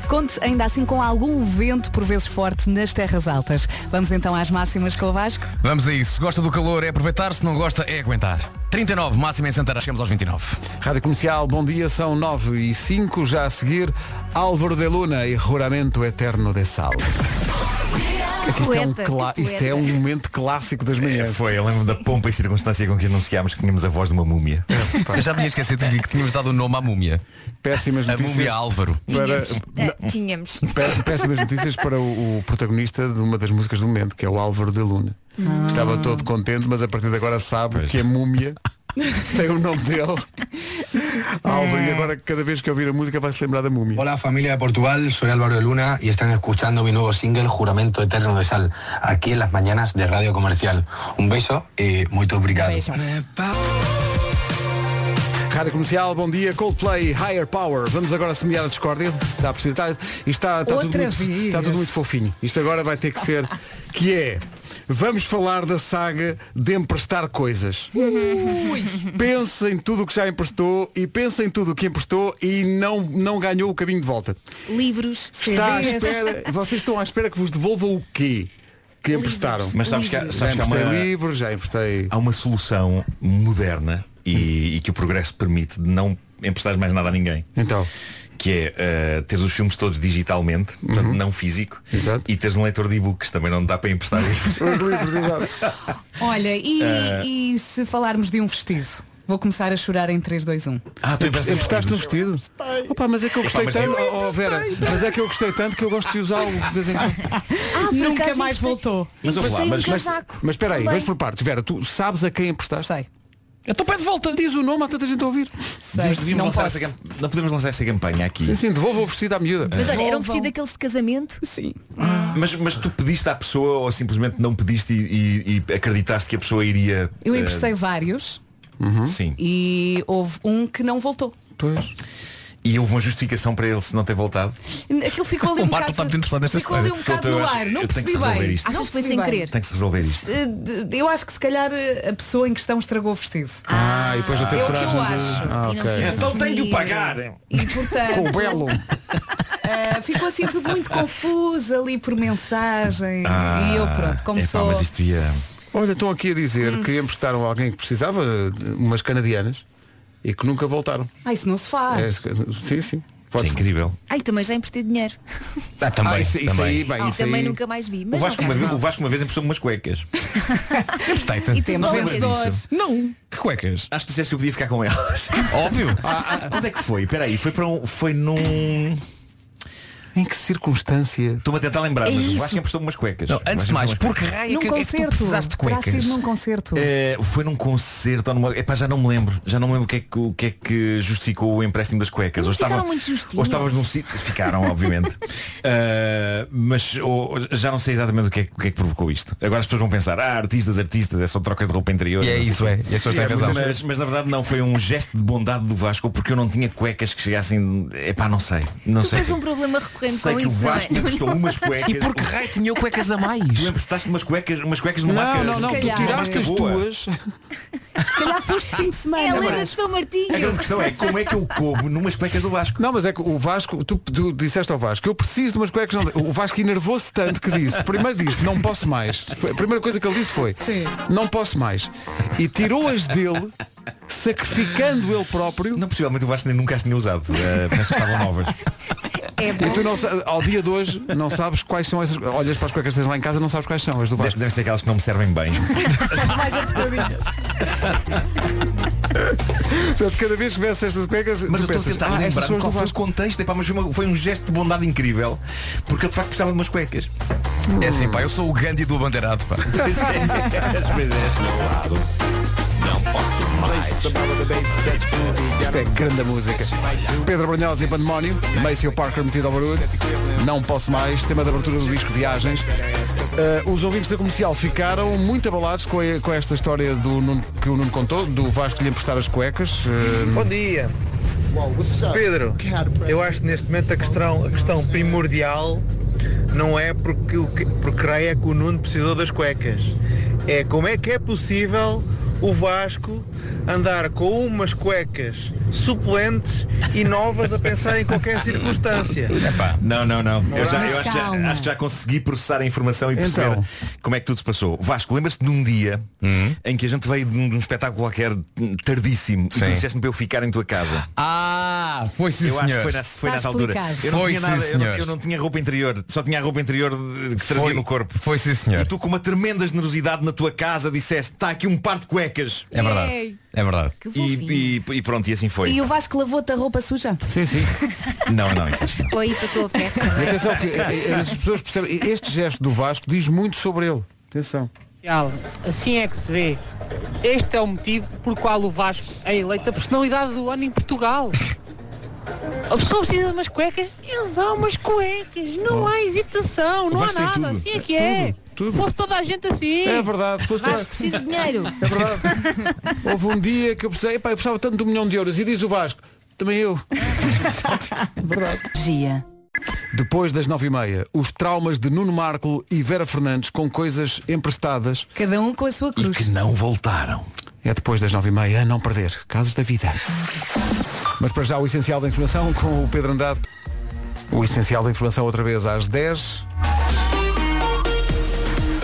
Speaker 4: conte ainda assim com algum vento por vezes forte nas terras altas. Vamos então às máximas com o Vasco.
Speaker 9: Vamos a isso. Se gosta do calor é aproveitar, se não gosta é aguentar. 39, máxima em Santarém, chegamos aos 29.
Speaker 2: Rádio Comercial, bom dia, são 9 e 5, já a seguir, Álvaro de Luna e Juramento Eterno de Sal. É que Isto, é um,
Speaker 12: Poeta,
Speaker 2: cla- isto é um momento clássico das manhãs.
Speaker 12: [laughs]
Speaker 9: É.
Speaker 12: Foi, eu lembro da pompa e circunstância com que anunciámos que tínhamos a voz de uma
Speaker 2: É,
Speaker 12: múmia.
Speaker 9: Eu já me tinha esquecido que tínhamos dado o nome à múmia.
Speaker 2: Péssimas
Speaker 9: A
Speaker 2: notícias.
Speaker 9: múmia Álvaro.
Speaker 2: Para-
Speaker 5: Ah, Tínhamos.
Speaker 2: Pé- Péssimas notícias para o, o protagonista de uma das músicas do momento, que é o Álvaro de Luna.
Speaker 5: Ah.
Speaker 2: Estava todo contente, mas a partir de agora sabe que é múmia. [laughs] Tem o nome dele. Álvaro, e agora cada vez que ouvir a música vai se lembrar da múmia.
Speaker 19: Hola familia de Portugal, soy Álvaro de Luna y están escuchando mi nuevo single Juramento Eterno de Sal, aquí en las mañanas de Radio Comercial. Un beso y muy obrigado.
Speaker 2: Rádio Comercial, bom dia. Coldplay, Higher Power. Vamos agora semear a discórdia. Está a precisar. Está, está, está, tudo
Speaker 4: Outra
Speaker 2: muito,
Speaker 4: vez.
Speaker 2: está tudo muito fofinho. Isto agora vai ter que ser. Que é. Vamos falar da saga de emprestar coisas. Pensa em tudo o que já emprestou e pensa em tudo o que emprestou e não, não ganhou o caminho de volta.
Speaker 5: Livros.
Speaker 2: Está à
Speaker 5: CDs.
Speaker 2: espera, vocês estão à espera que vos devolvam o quê? Que emprestaram.
Speaker 12: Mas sabes que há-
Speaker 2: já
Speaker 12: sabes que há
Speaker 2: emprestei
Speaker 12: uma-
Speaker 2: livros, já emprestei.
Speaker 12: Há uma solução moderna e, e que o progresso permite de não emprestar mais nada a ninguém.
Speaker 2: Então.
Speaker 12: Que é eh, teres os filmes todos digitalmente, portanto não físico, e teres um leitor de e-books, também não dá para emprestar livros.
Speaker 4: Olha, e,
Speaker 12: Ah.
Speaker 4: e se falarmos de um vestido? Vou começar a chorar em um. 3, 2, 1.
Speaker 12: [laughs] Ah, tu emprestaste
Speaker 2: emprestaste um vestido? Opa, mas é que eu
Speaker 12: Epá,
Speaker 2: gostei
Speaker 12: mas
Speaker 2: tanto,
Speaker 12: eu-
Speaker 2: oh, oh, Vera, mas é que eu gostei tanto que eu gosto de usá-lo de vez em quando.
Speaker 4: Ah, Nunca mais voltou.
Speaker 5: um
Speaker 2: Mas ouve lá, mas, mas, [laughs] mas espera aí,
Speaker 4: Também.
Speaker 2: vamos por partes. Vera, tu sabes a quem emprestaste?
Speaker 4: Sei.
Speaker 2: Então pede de volta. Diz o nome, há tanta gente a ouvir.
Speaker 12: Devíamos, devíamos lançar essa camp- não podemos lançar essa campanha aqui.
Speaker 2: Sim, sim, devolva o vestido à miúda.
Speaker 5: Mas olha, era um vestido daqueles de casamento? Sim.
Speaker 12: Mas, mas tu pediste à pessoa ou simplesmente não pediste e, e- e acreditaste que a pessoa iria.
Speaker 4: Eu
Speaker 12: eh, Uhum.
Speaker 4: emprestei vários
Speaker 12: Sim.
Speaker 4: e houve um que não voltou.
Speaker 2: Pois.
Speaker 12: E houve uma justificação para ele se não ter voltado.
Speaker 4: Aquilo ficou
Speaker 2: [laughs]
Speaker 4: ali um bocado. ficou ali um bocado no ar, não
Speaker 12: tenho que
Speaker 4: percebi
Speaker 12: resolver
Speaker 4: bem.
Speaker 12: isto.
Speaker 4: Não percebi bem.
Speaker 12: Tem que se resolver isto.
Speaker 4: Eh, de- Eu acho que se calhar eh, a pessoa em questão estragou o vestido.
Speaker 2: Ah, e depois eu
Speaker 4: É
Speaker 2: tenho
Speaker 4: o que eu
Speaker 2: coragem
Speaker 4: acho.
Speaker 2: de... Ah,
Speaker 4: E não
Speaker 2: ok. [laughs]
Speaker 4: quis
Speaker 12: Então
Speaker 4: assumir. E portanto.
Speaker 2: Com o belo.
Speaker 4: eh, ficou assim tudo
Speaker 2: [laughs]
Speaker 4: muito confuso ali por mensagem.
Speaker 2: Ah,
Speaker 4: e eu pronto, como
Speaker 2: epá,
Speaker 4: sou.
Speaker 2: mas isto Olha, estão aqui a dizer
Speaker 4: Hum.
Speaker 2: que emprestaram a alguém que precisava de umas canadianas e que nunca voltaram.
Speaker 5: Ah, isso não se
Speaker 2: É,
Speaker 5: faz.
Speaker 2: sim, sim. Pode incrível.
Speaker 5: Ai, também já emprestei dinheiro.
Speaker 12: Ah, também.
Speaker 2: Ah, isso- isso aí, bem,
Speaker 5: Ah, também nunca mais vi.
Speaker 12: O
Speaker 5: Mas
Speaker 12: Vasco,
Speaker 5: não
Speaker 12: uma
Speaker 5: faz
Speaker 12: vez,
Speaker 5: mal.
Speaker 12: o Vasco uma vez emprestou-me umas cuecas. Emprestei-te.
Speaker 5: E temos
Speaker 12: Não lembras
Speaker 5: vencedores.
Speaker 12: disso?
Speaker 5: Não.
Speaker 12: Que cuecas? Acho que disseste que eu podia ficar
Speaker 2: [laughs]
Speaker 12: com elas.
Speaker 9: Óbvio.
Speaker 12: Ah, ah, onde é que foi? Espera aí, foi para um. Foi num.
Speaker 2: Em que circunstância?
Speaker 12: Estou-me a tentar lembrar,
Speaker 2: É
Speaker 12: mas
Speaker 2: isso.
Speaker 12: o Vasco emprestou-me umas
Speaker 9: é
Speaker 12: cuecas.
Speaker 2: Não,
Speaker 12: O Vasco
Speaker 2: antes de mais,
Speaker 12: emprestou-me umas
Speaker 2: porque
Speaker 12: cuecas.
Speaker 2: raio
Speaker 4: Num concerto. Terá sido num concerto.
Speaker 2: É.
Speaker 12: Eh, foi num concerto ou numa... Epá, já não me lembro. Já não me lembro o que é que, o que, é que justificou o empréstimo das cuecas. Ou
Speaker 5: Ficaram
Speaker 12: estava-
Speaker 5: muito
Speaker 12: ou
Speaker 5: justinhos.
Speaker 12: estavas num sítio. Ficaram, obviamente. Uh, mas ou- já não sei exatamente o que, é, que- o que é que provocou isto. Agora as pessoas vão pensar, ah, artistas, artistas, é só trocas de roupa interior.
Speaker 9: E é
Speaker 12: não sei
Speaker 9: isso,
Speaker 12: o quê.
Speaker 9: é. E as pessoas têm
Speaker 12: É,
Speaker 9: razão.
Speaker 12: Mas, mas, na verdade não, foi um gesto de bondade do Vasco, porque eu não tinha cuecas que chegassem. Epá, não sei. Não
Speaker 5: tu
Speaker 12: sei.
Speaker 5: tens um problema contente
Speaker 12: Sei
Speaker 5: com
Speaker 12: que o
Speaker 5: isso.
Speaker 12: Vasco me
Speaker 5: também.
Speaker 12: emprestou umas cuecas.
Speaker 5: E por que
Speaker 9: raio tinha cuecas a mais?
Speaker 12: Tu emprestaste umas cuecas, umas cuecas de uma
Speaker 9: Não,
Speaker 12: marca.
Speaker 9: não, não,
Speaker 12: de
Speaker 9: tu
Speaker 12: uma
Speaker 9: tiraste
Speaker 12: marca
Speaker 9: as
Speaker 12: boa.
Speaker 9: tuas.
Speaker 4: Se calhar foste fim de semana.
Speaker 5: É a lenda de
Speaker 4: Vasco.
Speaker 5: São Martinho.
Speaker 12: A grande questão é como é que eu coubo numas cuecas do Vasco.
Speaker 2: Não, mas é que o Vasco, tu, tu disseste ao Vasco, eu preciso de umas cuecas. Não... O Vasco enervou-se tanto que disse, primeiro disse, não posso mais. Foi- a primeira coisa que ele disse foi, não posso mais. E tirou-as dele, sacrificando ele próprio.
Speaker 12: Não, possivelmente o Vasco nem nunca as tinha usado. Eh, penso que estavam
Speaker 2: [laughs]
Speaker 12: novas.
Speaker 5: É
Speaker 2: E
Speaker 5: bom.
Speaker 2: tu não, sa- ao dia de hoje não sabes quais são essas. Olhas para as cuecas que tens lá em casa não sabes quais são as do Vasco.
Speaker 12: Deve ser aquelas que não me servem bem.
Speaker 2: Portanto, cada vez que vês estas cuecas.
Speaker 12: Mas eu
Speaker 2: tu
Speaker 12: estou a
Speaker 2: pensas,
Speaker 12: tentar
Speaker 2: "Ah, estas
Speaker 12: lembrar
Speaker 2: são as
Speaker 12: qual
Speaker 2: do
Speaker 12: foi o
Speaker 2: Vasco."
Speaker 12: contexto, epá, mas foi, uma- foi um gesto de bondade incrível, porque ele de facto precisava de
Speaker 2: [laughs]
Speaker 12: umas cuecas.
Speaker 9: É assim, pá, eu sou o Gandhi do Bandeirado, pá.
Speaker 12: Pois é, pois é. Não posso
Speaker 2: Isto é grande música. Pedro Brunhosa e Pandemónio, Maceo Parker metido ao barulho. Não posso mais, tema de abertura do disco Viagens. Ah, os ouvintes da comercial ficaram muito abalados com, a- com esta história do Nuno- que o Nuno contou, do Vasco lhe emprestar as cuecas. Ah,
Speaker 20: Bom dia. Pedro, eu acho que neste momento a questão, a questão primordial não é porque, o que- porque raio é que o Nuno precisou das cuecas. É como é que é possível o Vasco andar com umas cuecas suplentes e novas a pensar em qualquer circunstância.
Speaker 12: Epá, não, não, não. Eu, já,
Speaker 20: Mas
Speaker 12: eu acho, que já,
Speaker 20: calma.
Speaker 12: acho que já consegui processar a informação e perceber
Speaker 20: Então.
Speaker 12: como é que tudo se passou. Vasco, lembras-te de um dia
Speaker 2: Uhum.
Speaker 12: em que a gente veio de um, de um espetáculo qualquer hum, tardíssimo e
Speaker 9: Sim.
Speaker 12: tu disseste-me para eu ficar em tua casa.
Speaker 9: Ah, foi sim,
Speaker 12: eu
Speaker 9: senhor.
Speaker 12: acho que foi nessa, foi
Speaker 9: Está
Speaker 12: nessa altura.
Speaker 9: explicado.
Speaker 12: Eu não,
Speaker 9: Foi,
Speaker 12: tinha nada,
Speaker 9: sim,
Speaker 12: eu, não,
Speaker 9: senhor.
Speaker 12: eu não tinha roupa interior, só tinha a roupa interior eh, que trazia
Speaker 9: Foi-
Speaker 12: no corpo.
Speaker 9: Foi sim, senhor.
Speaker 12: E tu com uma tremenda generosidade na tua casa disseste, está aqui um par de cuecas.
Speaker 9: É verdade. Yay.
Speaker 12: É verdade.
Speaker 4: Que
Speaker 12: E, e- e pronto, e assim foi.
Speaker 4: E o Vasco lavou-te a roupa suja?
Speaker 2: Oh, Sim, sim.
Speaker 12: Não, não, isso acho que
Speaker 5: Foi aí passou a festa.
Speaker 2: [laughs] E atenção que eh, eh, as pessoas percebem, este gesto do Vasco diz muito sobre ele. Atenção.
Speaker 21: Real. Assim é que se vê. Este é o motivo por qual o Vasco é eleito a personalidade do ano em Portugal. A pessoa precisa de umas cuecas, ele dá umas cuecas, não há hesitação,
Speaker 2: O
Speaker 21: não há
Speaker 2: Vasco tem
Speaker 21: nada,
Speaker 2: tudo.
Speaker 21: assim é que é.
Speaker 2: Tudo, tudo.
Speaker 21: Fosse toda a gente assim.
Speaker 2: tipo- É verdade, fosse toda- Vasco,
Speaker 5: [laughs] preciso de dinheiro.
Speaker 2: É verdade. Houve um dia que eu pensei, "Epá, eu precisava tanto de um milhão de euros. E diz o Vasco, também eu. verdade.
Speaker 4: Gia.
Speaker 2: Depois das nove e meia, os traumas de Nuno Marco e Vera Fernandes com coisas emprestadas.
Speaker 4: Cada um com a sua cruz.
Speaker 2: E que não voltaram. É depois das nove e meia, a não perder. Casos da vida. Mas para já o essencial da informação com o Pedro Andrade. O essencial da informação outra vez às 10.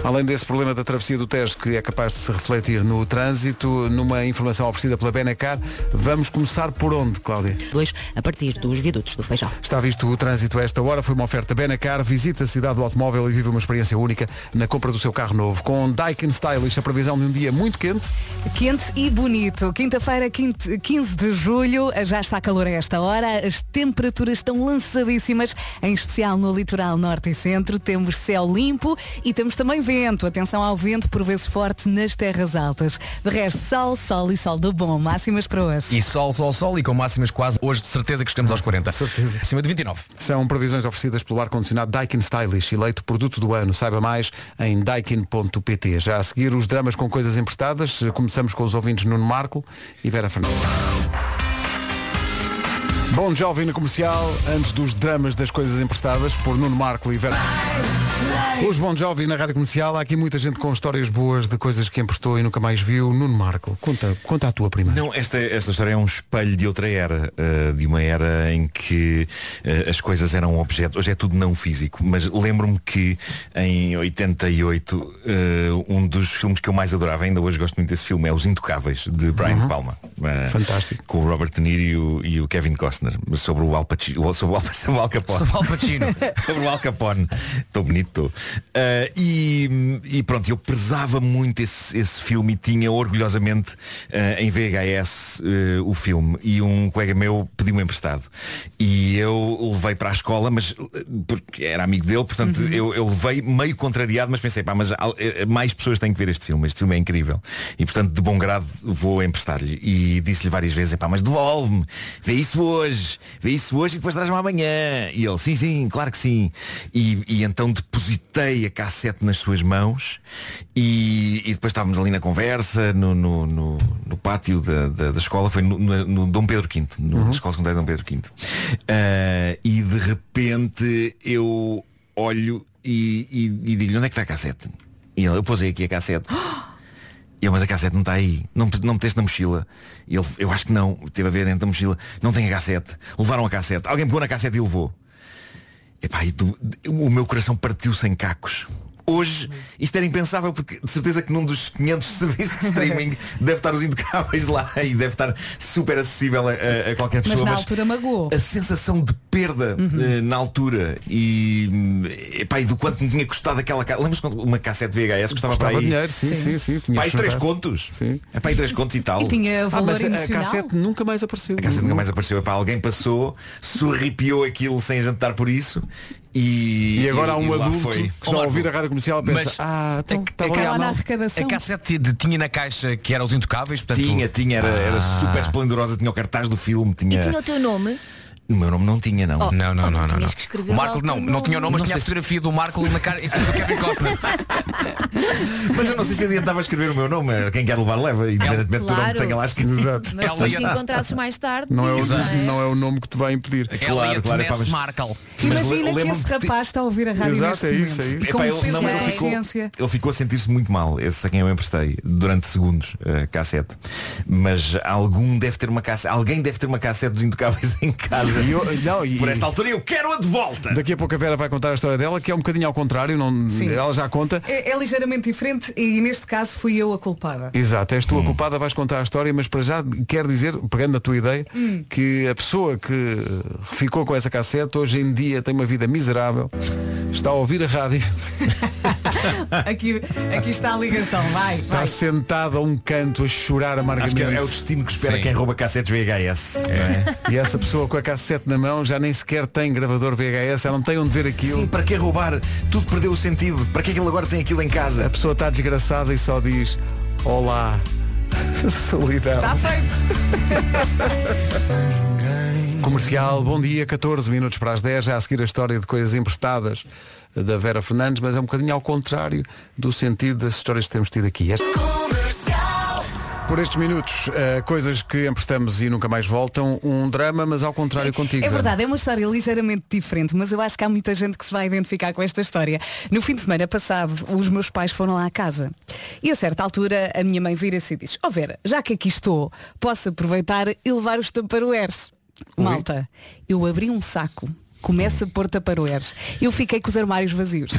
Speaker 2: Além desse problema da travessia do Tejo que é capaz de se refletir no trânsito, numa informação oferecida pela Benacar, vamos começar por onde, Cláudia?
Speaker 10: Dois, a partir dos viadutos do Feijão.
Speaker 2: Está visto o trânsito a esta hora, foi uma oferta Benacar, visita a cidade do automóvel e vive uma experiência única na compra do seu carro novo. Com Daikin Stylish, a previsão de um dia muito quente.
Speaker 4: Quente e bonito. Quinta-feira, quinte- 15 de julho, já está calor a esta hora, as temperaturas estão lançadíssimas, em especial no litoral norte e centro. Temos céu limpo e temos também vento. Atenção ao vento, por vezes forte, nas terras altas. De resto, sol, sol e sol do bom. Máximas para hoje.
Speaker 9: E sol, sol, sol e com máximas quase hoje de certeza que chegamos aos 40. Certeza. Acima de 29.
Speaker 2: São previsões oferecidas pelo ar-condicionado Daikin Stylish, eleito produto do ano. Saiba mais em daikin.pt. Já a seguir, os dramas com coisas emprestadas. Começamos com os ouvintes Nuno Marco e Vera Fernandes. Bom jovem no comercial, antes dos dramas das coisas emprestadas, por Nuno Marco e Vera. Os Bom Jovem na Rádio Comercial, há aqui muita gente com histórias boas de coisas que emprestou e nunca mais viu. Nuno Marco, conta, conta a tua prima.
Speaker 12: Não, esta, esta história é um espelho de outra era, eh, de uma era em que eh, as coisas eram objetos, hoje é tudo não físico, mas lembro-me que em 88 eh, um dos filmes que eu mais adorava, ainda hoje gosto muito desse filme, é Os Intocáveis, de Brian De Palma. Eh,
Speaker 2: Fantástico.
Speaker 12: Com o Robert De Niro e o, e o Kevin Costner, sobre o Al Pacino, sobre o Al, sobre o Al Capone.
Speaker 9: Sobre o Al Pacino.
Speaker 12: [laughs] sobre o Al Capone. Estou bonito. estou. Eh, e, e pronto, eu prezava muito esse, esse filme e tinha orgulhosamente eh, em VHS eh, o filme. E um colega meu pediu-me emprestado. E eu levei para a escola, mas eh, porque era amigo dele, portanto eu, eu levei meio contrariado, mas pensei, pá, mas al- eh, mais pessoas têm que ver este filme. Este filme é incrível. E portanto, de bom grado, vou emprestar-lhe. E disse-lhe várias vezes, pá, mas devolve-me. Vê isso hoje. Vê isso hoje e depois traz-me amanhã. E ele, sim, sim, claro que sim. E, e então depositei depositei a cassete nas suas mãos e, e depois estávamos ali na conversa, no, no, no- no pátio da, da- da escola, foi no, no- no Dom Pedro V, no na Escola Secundária Dom Pedro V. Ah, e de repente eu olho e, e, e digo-lhe onde é que está a cassete? E ele, eu posei aqui a cassete. E eu, mas a cassete não está aí. Não, me- não meteste na mochila. E ele, eu acho que não. Teve a ver dentro da mochila. Não tem a cassete. Levaram a cassete. Alguém pegou na cassete e levou. Epá, e tu- o meu coração partiu sem cacos. Hoje,
Speaker 4: Uhum.
Speaker 12: isto era impensável porque de certeza que num dos 500 [laughs] serviços de streaming deve estar os indicáveis lá e deve estar super acessível a, a- a qualquer pessoa.
Speaker 4: Mas na altura magoou. Uhum.
Speaker 12: A sensação de perda eh, na altura e, hum, epá, e do quanto me tinha custado aquela ca- Lembras quando uma cassete VHS custava,
Speaker 2: Custava
Speaker 12: para aí?
Speaker 2: dinheiro, sim, Sim. sim, sim, tinha
Speaker 12: Pai,
Speaker 2: que
Speaker 12: três
Speaker 2: juntar.
Speaker 12: contos. É pai, três contos e tal.
Speaker 4: E tinha valor
Speaker 2: mas a-
Speaker 4: emocional?
Speaker 2: a cassete nunca mais apareceu.
Speaker 12: A cassete nunca mais apareceu. Epá, alguém passou, sorripiou aquilo sem a gente dar por isso e,
Speaker 2: E agora há
Speaker 12: e
Speaker 2: um
Speaker 12: lá
Speaker 2: adulto
Speaker 12: foi.
Speaker 2: que só ouvir a rádio comercial pensa,
Speaker 9: Mas-
Speaker 2: ah, então, tá bom,
Speaker 9: ca-
Speaker 2: lá mal."
Speaker 9: a cassete de- tinha na caixa que era os intocáveis, portanto.
Speaker 12: Tinha, tinha, era, era
Speaker 9: Ah.
Speaker 12: super esplendorosa, tinha o cartaz do filme,
Speaker 5: E
Speaker 12: tinha.
Speaker 5: tinha o teu nome?
Speaker 12: O meu nome não tinha, não.
Speaker 5: Oh,
Speaker 9: Não, não, não, não. não.
Speaker 5: tinhas que escrever
Speaker 9: O
Speaker 5: lá
Speaker 9: Marco
Speaker 5: o
Speaker 9: não,
Speaker 5: teu
Speaker 9: não tinha o nome, mas
Speaker 5: nome.
Speaker 9: tinha a
Speaker 5: Não sei
Speaker 9: fotografia do Marco na cara em cima do Kevin
Speaker 2: [laughs]
Speaker 9: Costner.
Speaker 12: Mas eu não sei se adiantava escrever o meu nome. Quem quer levar, leva. Independentemente do nome
Speaker 5: Claro.
Speaker 12: que tenha lá escrito.
Speaker 5: se- Mas depois se encontrasses mais tarde.
Speaker 2: Não é, o,
Speaker 5: diz, é?
Speaker 2: não é o nome que te vai impedir.
Speaker 12: Claro,
Speaker 2: é
Speaker 12: claro, pá, mas-
Speaker 4: Imagina
Speaker 12: mas
Speaker 4: que
Speaker 12: lembro-me
Speaker 4: esse
Speaker 12: que ti-
Speaker 4: rapaz está a ouvir a rádio
Speaker 2: Exato,
Speaker 4: neste
Speaker 2: é
Speaker 4: momento.
Speaker 2: isso, é isso.
Speaker 4: Com
Speaker 12: Epá,
Speaker 4: um
Speaker 12: ele- não, mas ele
Speaker 4: peso de
Speaker 12: ficou-
Speaker 4: consciência.
Speaker 12: Ele ficou a sentir-se muito mal, esse a quem eu emprestei, durante segundos, a cassete. Mas algum deve ter uma cassete, alguém deve ter uma cassete dos intocáveis em casa.
Speaker 2: E eu- não, e-
Speaker 12: Por esta altura eu quero a de volta.
Speaker 2: Daqui a pouco a Vera vai contar a história dela, que é um bocadinho ao contrário, não,
Speaker 4: Sim.
Speaker 2: ela já conta.
Speaker 4: É, é ligeiramente diferente e neste caso fui eu
Speaker 2: [laughs]
Speaker 4: a culpada.
Speaker 2: Exato, és tu
Speaker 12: Hum.
Speaker 2: a culpada, vais contar a história, mas para já quero dizer, pegando na tua ideia,
Speaker 4: Hum.
Speaker 2: que a pessoa que ficou com essa cassete hoje em dia tem uma vida miserável, está a ouvir a rádio,
Speaker 4: Aqui, aqui está a ligação, vai,
Speaker 2: está
Speaker 4: vai.
Speaker 2: sentada a um canto a chorar
Speaker 12: Acho que
Speaker 2: amargamente.
Speaker 12: é é o destino que espera quem rouba cassetes VHS. não é?
Speaker 2: E essa pessoa com a cassete na mão já nem sequer tem gravador VHS, já não tem onde ver aquilo.
Speaker 12: Sim, para que roubar? Tudo perdeu o sentido. Para que é que ele agora tem aquilo em casa?
Speaker 2: A pessoa está desgraçada e só diz Olá, [laughs] solidão.
Speaker 4: Está
Speaker 2: Comercial, bom dia, 14 minutos para as 10, já a seguir a história de coisas emprestadas da Vera Fernandes, mas é um bocadinho ao contrário do sentido das histórias que temos tido aqui. Este- Por estes minutos, eh, coisas que emprestamos e nunca mais voltam, um drama, mas ao contrário contigo.
Speaker 4: É
Speaker 2: Vera.
Speaker 4: verdade, é uma história ligeiramente diferente, mas eu acho que há muita gente que se vai identificar com esta história. No fim de semana passado, os meus pais foram lá à casa. E a certa altura, a minha mãe vira-se e diz, ó Vera, já que aqui estou, posso aproveitar e levar os taparoeiros. Malta, eu abri um saco. Começo a pôr taparoeiros. Eu fiquei com os armários vazios.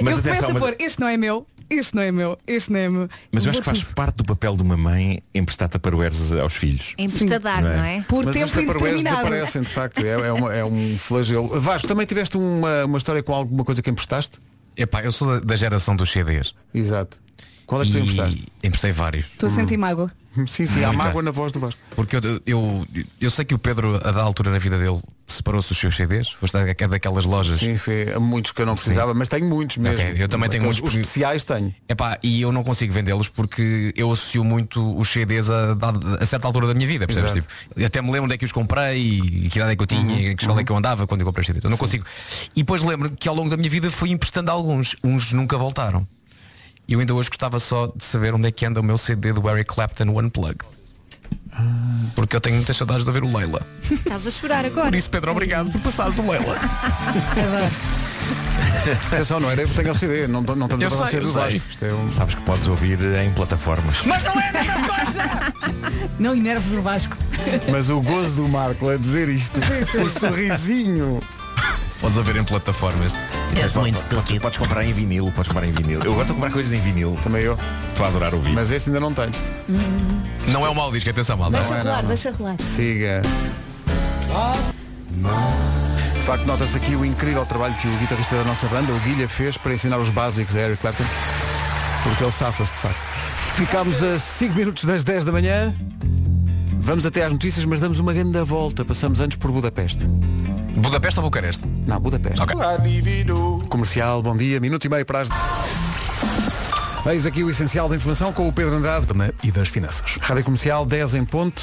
Speaker 12: Mas
Speaker 4: eu
Speaker 12: atenção,
Speaker 4: começo
Speaker 12: [laughs] mas-
Speaker 4: a pôr, este não é meu, este não é meu, este não é meu.
Speaker 12: Mas eu
Speaker 4: Vou
Speaker 12: acho que faz
Speaker 4: tudo.
Speaker 12: parte do papel de uma mãe emprestar taparoeiros aos filhos.
Speaker 5: É emprestadar, não é?
Speaker 2: Mas
Speaker 4: Por
Speaker 2: os
Speaker 4: tempo
Speaker 2: taparoeiros
Speaker 4: indeterminado.
Speaker 2: desaparecem, de facto. É, é uma- é um flagelo. Vasco, também tiveste uma, uma história com alguma coisa que emprestaste?
Speaker 9: Epá, eu sou da, da geração dos CDs.
Speaker 2: Exato. Qual é que tu emprestaste?
Speaker 9: Emprestei vários.
Speaker 4: Estou a
Speaker 12: Hum.
Speaker 4: sentir mágoa.
Speaker 2: Sim, sim, há
Speaker 9: Muita.
Speaker 2: mágoa na voz do Vasco.
Speaker 9: Porque eu, eu, eu sei que o Pedro, a da altura na vida dele, separou-se dos seus CDs, foste a- a daquelas lojas.
Speaker 2: Sim, foi- há muitos que eu não precisava, mas tenho muitos mesmo.
Speaker 9: Ok, eu também tenho
Speaker 2: Aqueles-
Speaker 9: muitos
Speaker 2: Os
Speaker 9: [laughs]
Speaker 2: especiais tenho.
Speaker 9: Epá, e eu não consigo vendê-los porque eu associo muito os CDs a, dada- a certa altura da minha vida, percebes?
Speaker 2: Exato.
Speaker 9: Tipo, eu até me lembro onde é que os comprei e que idade é que eu tinha e que escola é que eu andava quando eu comprei os CDs. Eu não consigo. E depois lembro que ao longo da minha vida fui emprestando alguns. Uns nunca voltaram. E eu ainda hoje gostava só de saber onde é que anda o meu CD do Eric Clapton One Plug. Porque eu tenho muitas saudades de ouvir o Leila.
Speaker 5: Estás a chorar agora.
Speaker 9: Por isso, Pedro, obrigado por passares o Leila.
Speaker 2: Atenção, não era eu que tenho o CD, não, não estamos
Speaker 9: Eu
Speaker 2: a falar
Speaker 9: sei,
Speaker 2: do
Speaker 9: eu
Speaker 2: CD do
Speaker 9: sei.
Speaker 2: Vasco. Isto é um-
Speaker 12: Sabes que podes ouvir em plataformas.
Speaker 4: Não enerves o Vasco.
Speaker 2: Mas o gozo do Marco a dizer isto, o sorrisinho.
Speaker 9: Podes ouvir em plataformas. És muito
Speaker 12: podes, podes comprar em vinil, podes comprar em vinil. Eu gosto de comprar coisas em vinil.
Speaker 2: Também eu.
Speaker 12: Estou a adorar ouvir.
Speaker 2: Mas este ainda não tenho.
Speaker 9: Não é o mau disco, atenção, malta.
Speaker 4: Deixa rolar, deixa rolar.
Speaker 2: Siga. De facto, nota-se aqui o incrível trabalho que o guitarrista da nossa banda, o Guilha, fez para ensinar os básicos a Eric Clapton. Porque ele safa-se, de facto. Ficámos a 5 minutos das 10 da manhã. Vamos até às notícias, mas damos uma grande volta. Passamos antes por Budapeste.
Speaker 9: Budapeste ou Bucareste?
Speaker 2: Não, Budapeste. Comercial, bom dia. Minuto e meio para as... Eis aqui o essencial da informação com o Pedro Andrade.
Speaker 7: E das finanças.
Speaker 2: Rádio Comercial, 10 em ponto.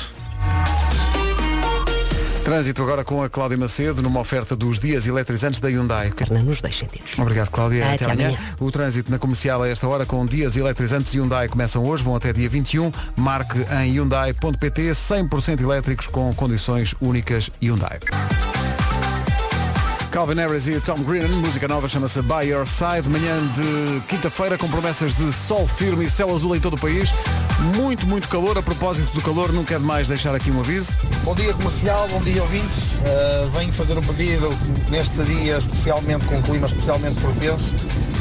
Speaker 2: Trânsito agora com a Cláudia Macedo, numa oferta dos dias eletrizantes da Hyundai.
Speaker 10: Nos dois sentidos.
Speaker 2: Obrigado, Cláudia.
Speaker 10: Ah,
Speaker 2: até
Speaker 10: até
Speaker 2: amanhã.
Speaker 10: amanhã.
Speaker 2: O trânsito na comercial a esta hora com dias eletrizantes Hyundai começam hoje, vão até dia 21. Marque em Hyundai.pt 100% elétricos com condições únicas Hyundai. Calvin Harris e Tom Green, música nova chama-se By Your Side, manhã de quinta-feira com promessas de sol firme e céu azul em todo o país. Muito, muito calor. A propósito do calor, nunca é demais deixar aqui um aviso.
Speaker 1: Bom dia comercial, bom dia ouvintes. Uh, venho fazer um pedido neste dia, especialmente com um clima especialmente propenso.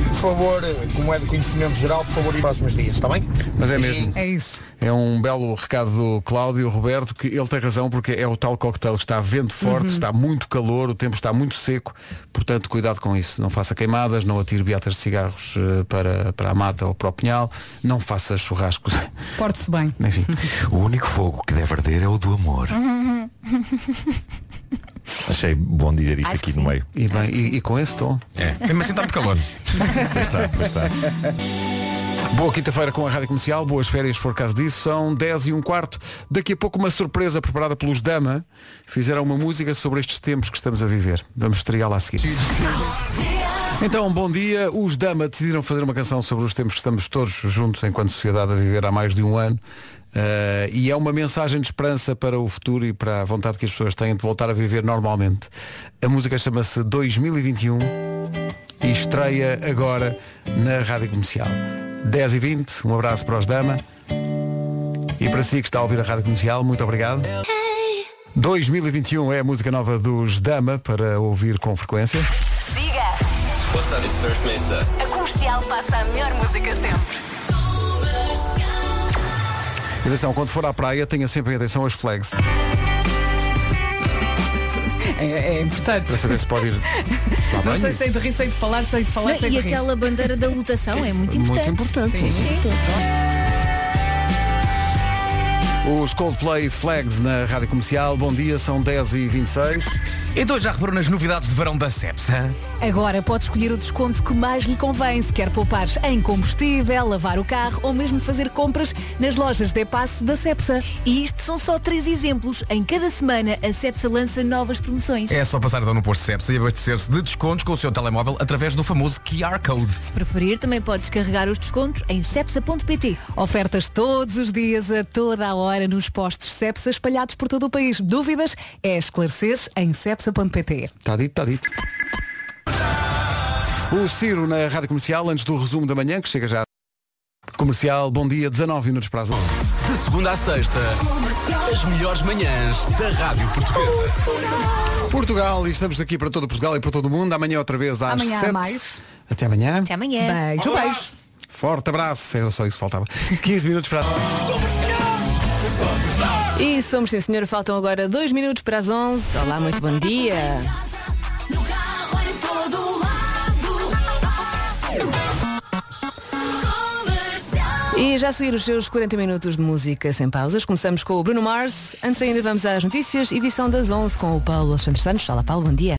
Speaker 1: Por favor, como é de conhecimento geral, por favor, ir próximos dias, está bem?
Speaker 2: Mas é mesmo.
Speaker 4: É isso.
Speaker 2: É um belo recado do Cláudio Roberto, que ele tem razão porque é o tal coquetel. Está vento forte,
Speaker 4: Uhum.
Speaker 2: está muito calor, o tempo está muito seco, portanto cuidado com isso. Não faça queimadas, não atire beatas de cigarros eh, para, para a mata ou para o pinhal, não faça churrascos. [laughs]
Speaker 4: Porte-se bem.
Speaker 2: Enfim.
Speaker 12: O único fogo que deve arder é o do amor. [laughs] Achei bom dizer isto
Speaker 5: Acho
Speaker 12: aqui
Speaker 5: que
Speaker 12: no
Speaker 5: sim.
Speaker 12: meio.
Speaker 2: E, bem, e, e com esse tom.
Speaker 12: É. Mas está muito calor. Pois está, pois está.
Speaker 2: Boa quinta-feira com a Rádio Comercial, boas férias, se for caso disso, são 10 e um quarto. Daqui a pouco uma surpresa preparada pelos Dama. Fizeram uma música sobre estes tempos que estamos a viver. Vamos estreá-la a seguir. Então, bom dia. Os Dama decidiram fazer uma canção sobre os tempos que estamos todos juntos enquanto sociedade a viver há mais de um ano. Eh, e é uma mensagem de esperança para o futuro e para a vontade que as pessoas têm de voltar a viver normalmente. A música chama-se 2021 e estreia agora na Rádio Comercial. 10 e 20 um abraço para os Dama. E para si que está a ouvir a Rádio Comercial, muito obrigado. 2021 é a música nova dos Dama para ouvir com frequência.
Speaker 22: Diga,
Speaker 16: What's up, it's Surf Mesa.
Speaker 22: a comercial passa a melhor música sempre.
Speaker 2: Atenção, quando for à praia, tenha sempre em atenção as flags.
Speaker 4: É, importante.
Speaker 2: Para saber se
Speaker 4: [laughs]
Speaker 2: pode ir. Tá tomar
Speaker 4: Não
Speaker 2: banho.
Speaker 4: sei se é de rir, sei de falar, sei de falar, sei
Speaker 5: e
Speaker 4: de rir.
Speaker 5: aquela bandeira da lutação é muito
Speaker 2: Muito
Speaker 5: importante.
Speaker 2: importante,
Speaker 5: Sim,
Speaker 2: muito
Speaker 5: sim.
Speaker 2: Os Coldplay Flags na Rádio Comercial. Bom dia, são 10h26.
Speaker 9: Então já reparou nas novidades de verão da Cepsa?
Speaker 23: Agora pode escolher o desconto que mais lhe convém, se quer poupar em combustível, lavar o carro ou mesmo fazer compras nas lojas de passo da Cepsa.
Speaker 5: E isto são só três exemplos. Em cada semana a Cepsa lança novas promoções.
Speaker 9: É só passar então no posto Cepsa e abastecer-se de descontos com o seu telemóvel através do famoso QR Code.
Speaker 5: Se preferir, também pode descarregar os descontos em cepsa.pt.
Speaker 23: Ofertas todos os dias, a toda a hora, nos postos Cepsa espalhados por todo o país. Dúvidas? É esclarecer em cepsa.pt.
Speaker 2: Está Tá dito, está dito. O Ciro na Rádio Comercial, antes do resumo da manhã, que chega já. Comercial, bom dia, 19 minutos para as 11.
Speaker 16: De segunda à sexta, as melhores manhãs da Rádio Portuguesa.
Speaker 2: Portugal, e estamos aqui para todo Portugal e para todo o mundo. Amanhã outra vez às
Speaker 4: Amanhã há
Speaker 2: 7.
Speaker 4: mais.
Speaker 2: Até amanhã.
Speaker 5: Até amanhã.
Speaker 4: Beijo, beijo.
Speaker 2: Forte abraço. Era só isso que faltava. [laughs] 15 minutos para as
Speaker 24: E somos sim, senhora. Faltam agora dois minutos para as 11. Olá, muito bom dia. E já a seguir os seus 40 minutos de música sem pausas. Começamos com o Bruno Mars. Antes ainda vamos às notícias, edição das 11 com o Paulo Santos Santos. Olá, Paulo, bom dia.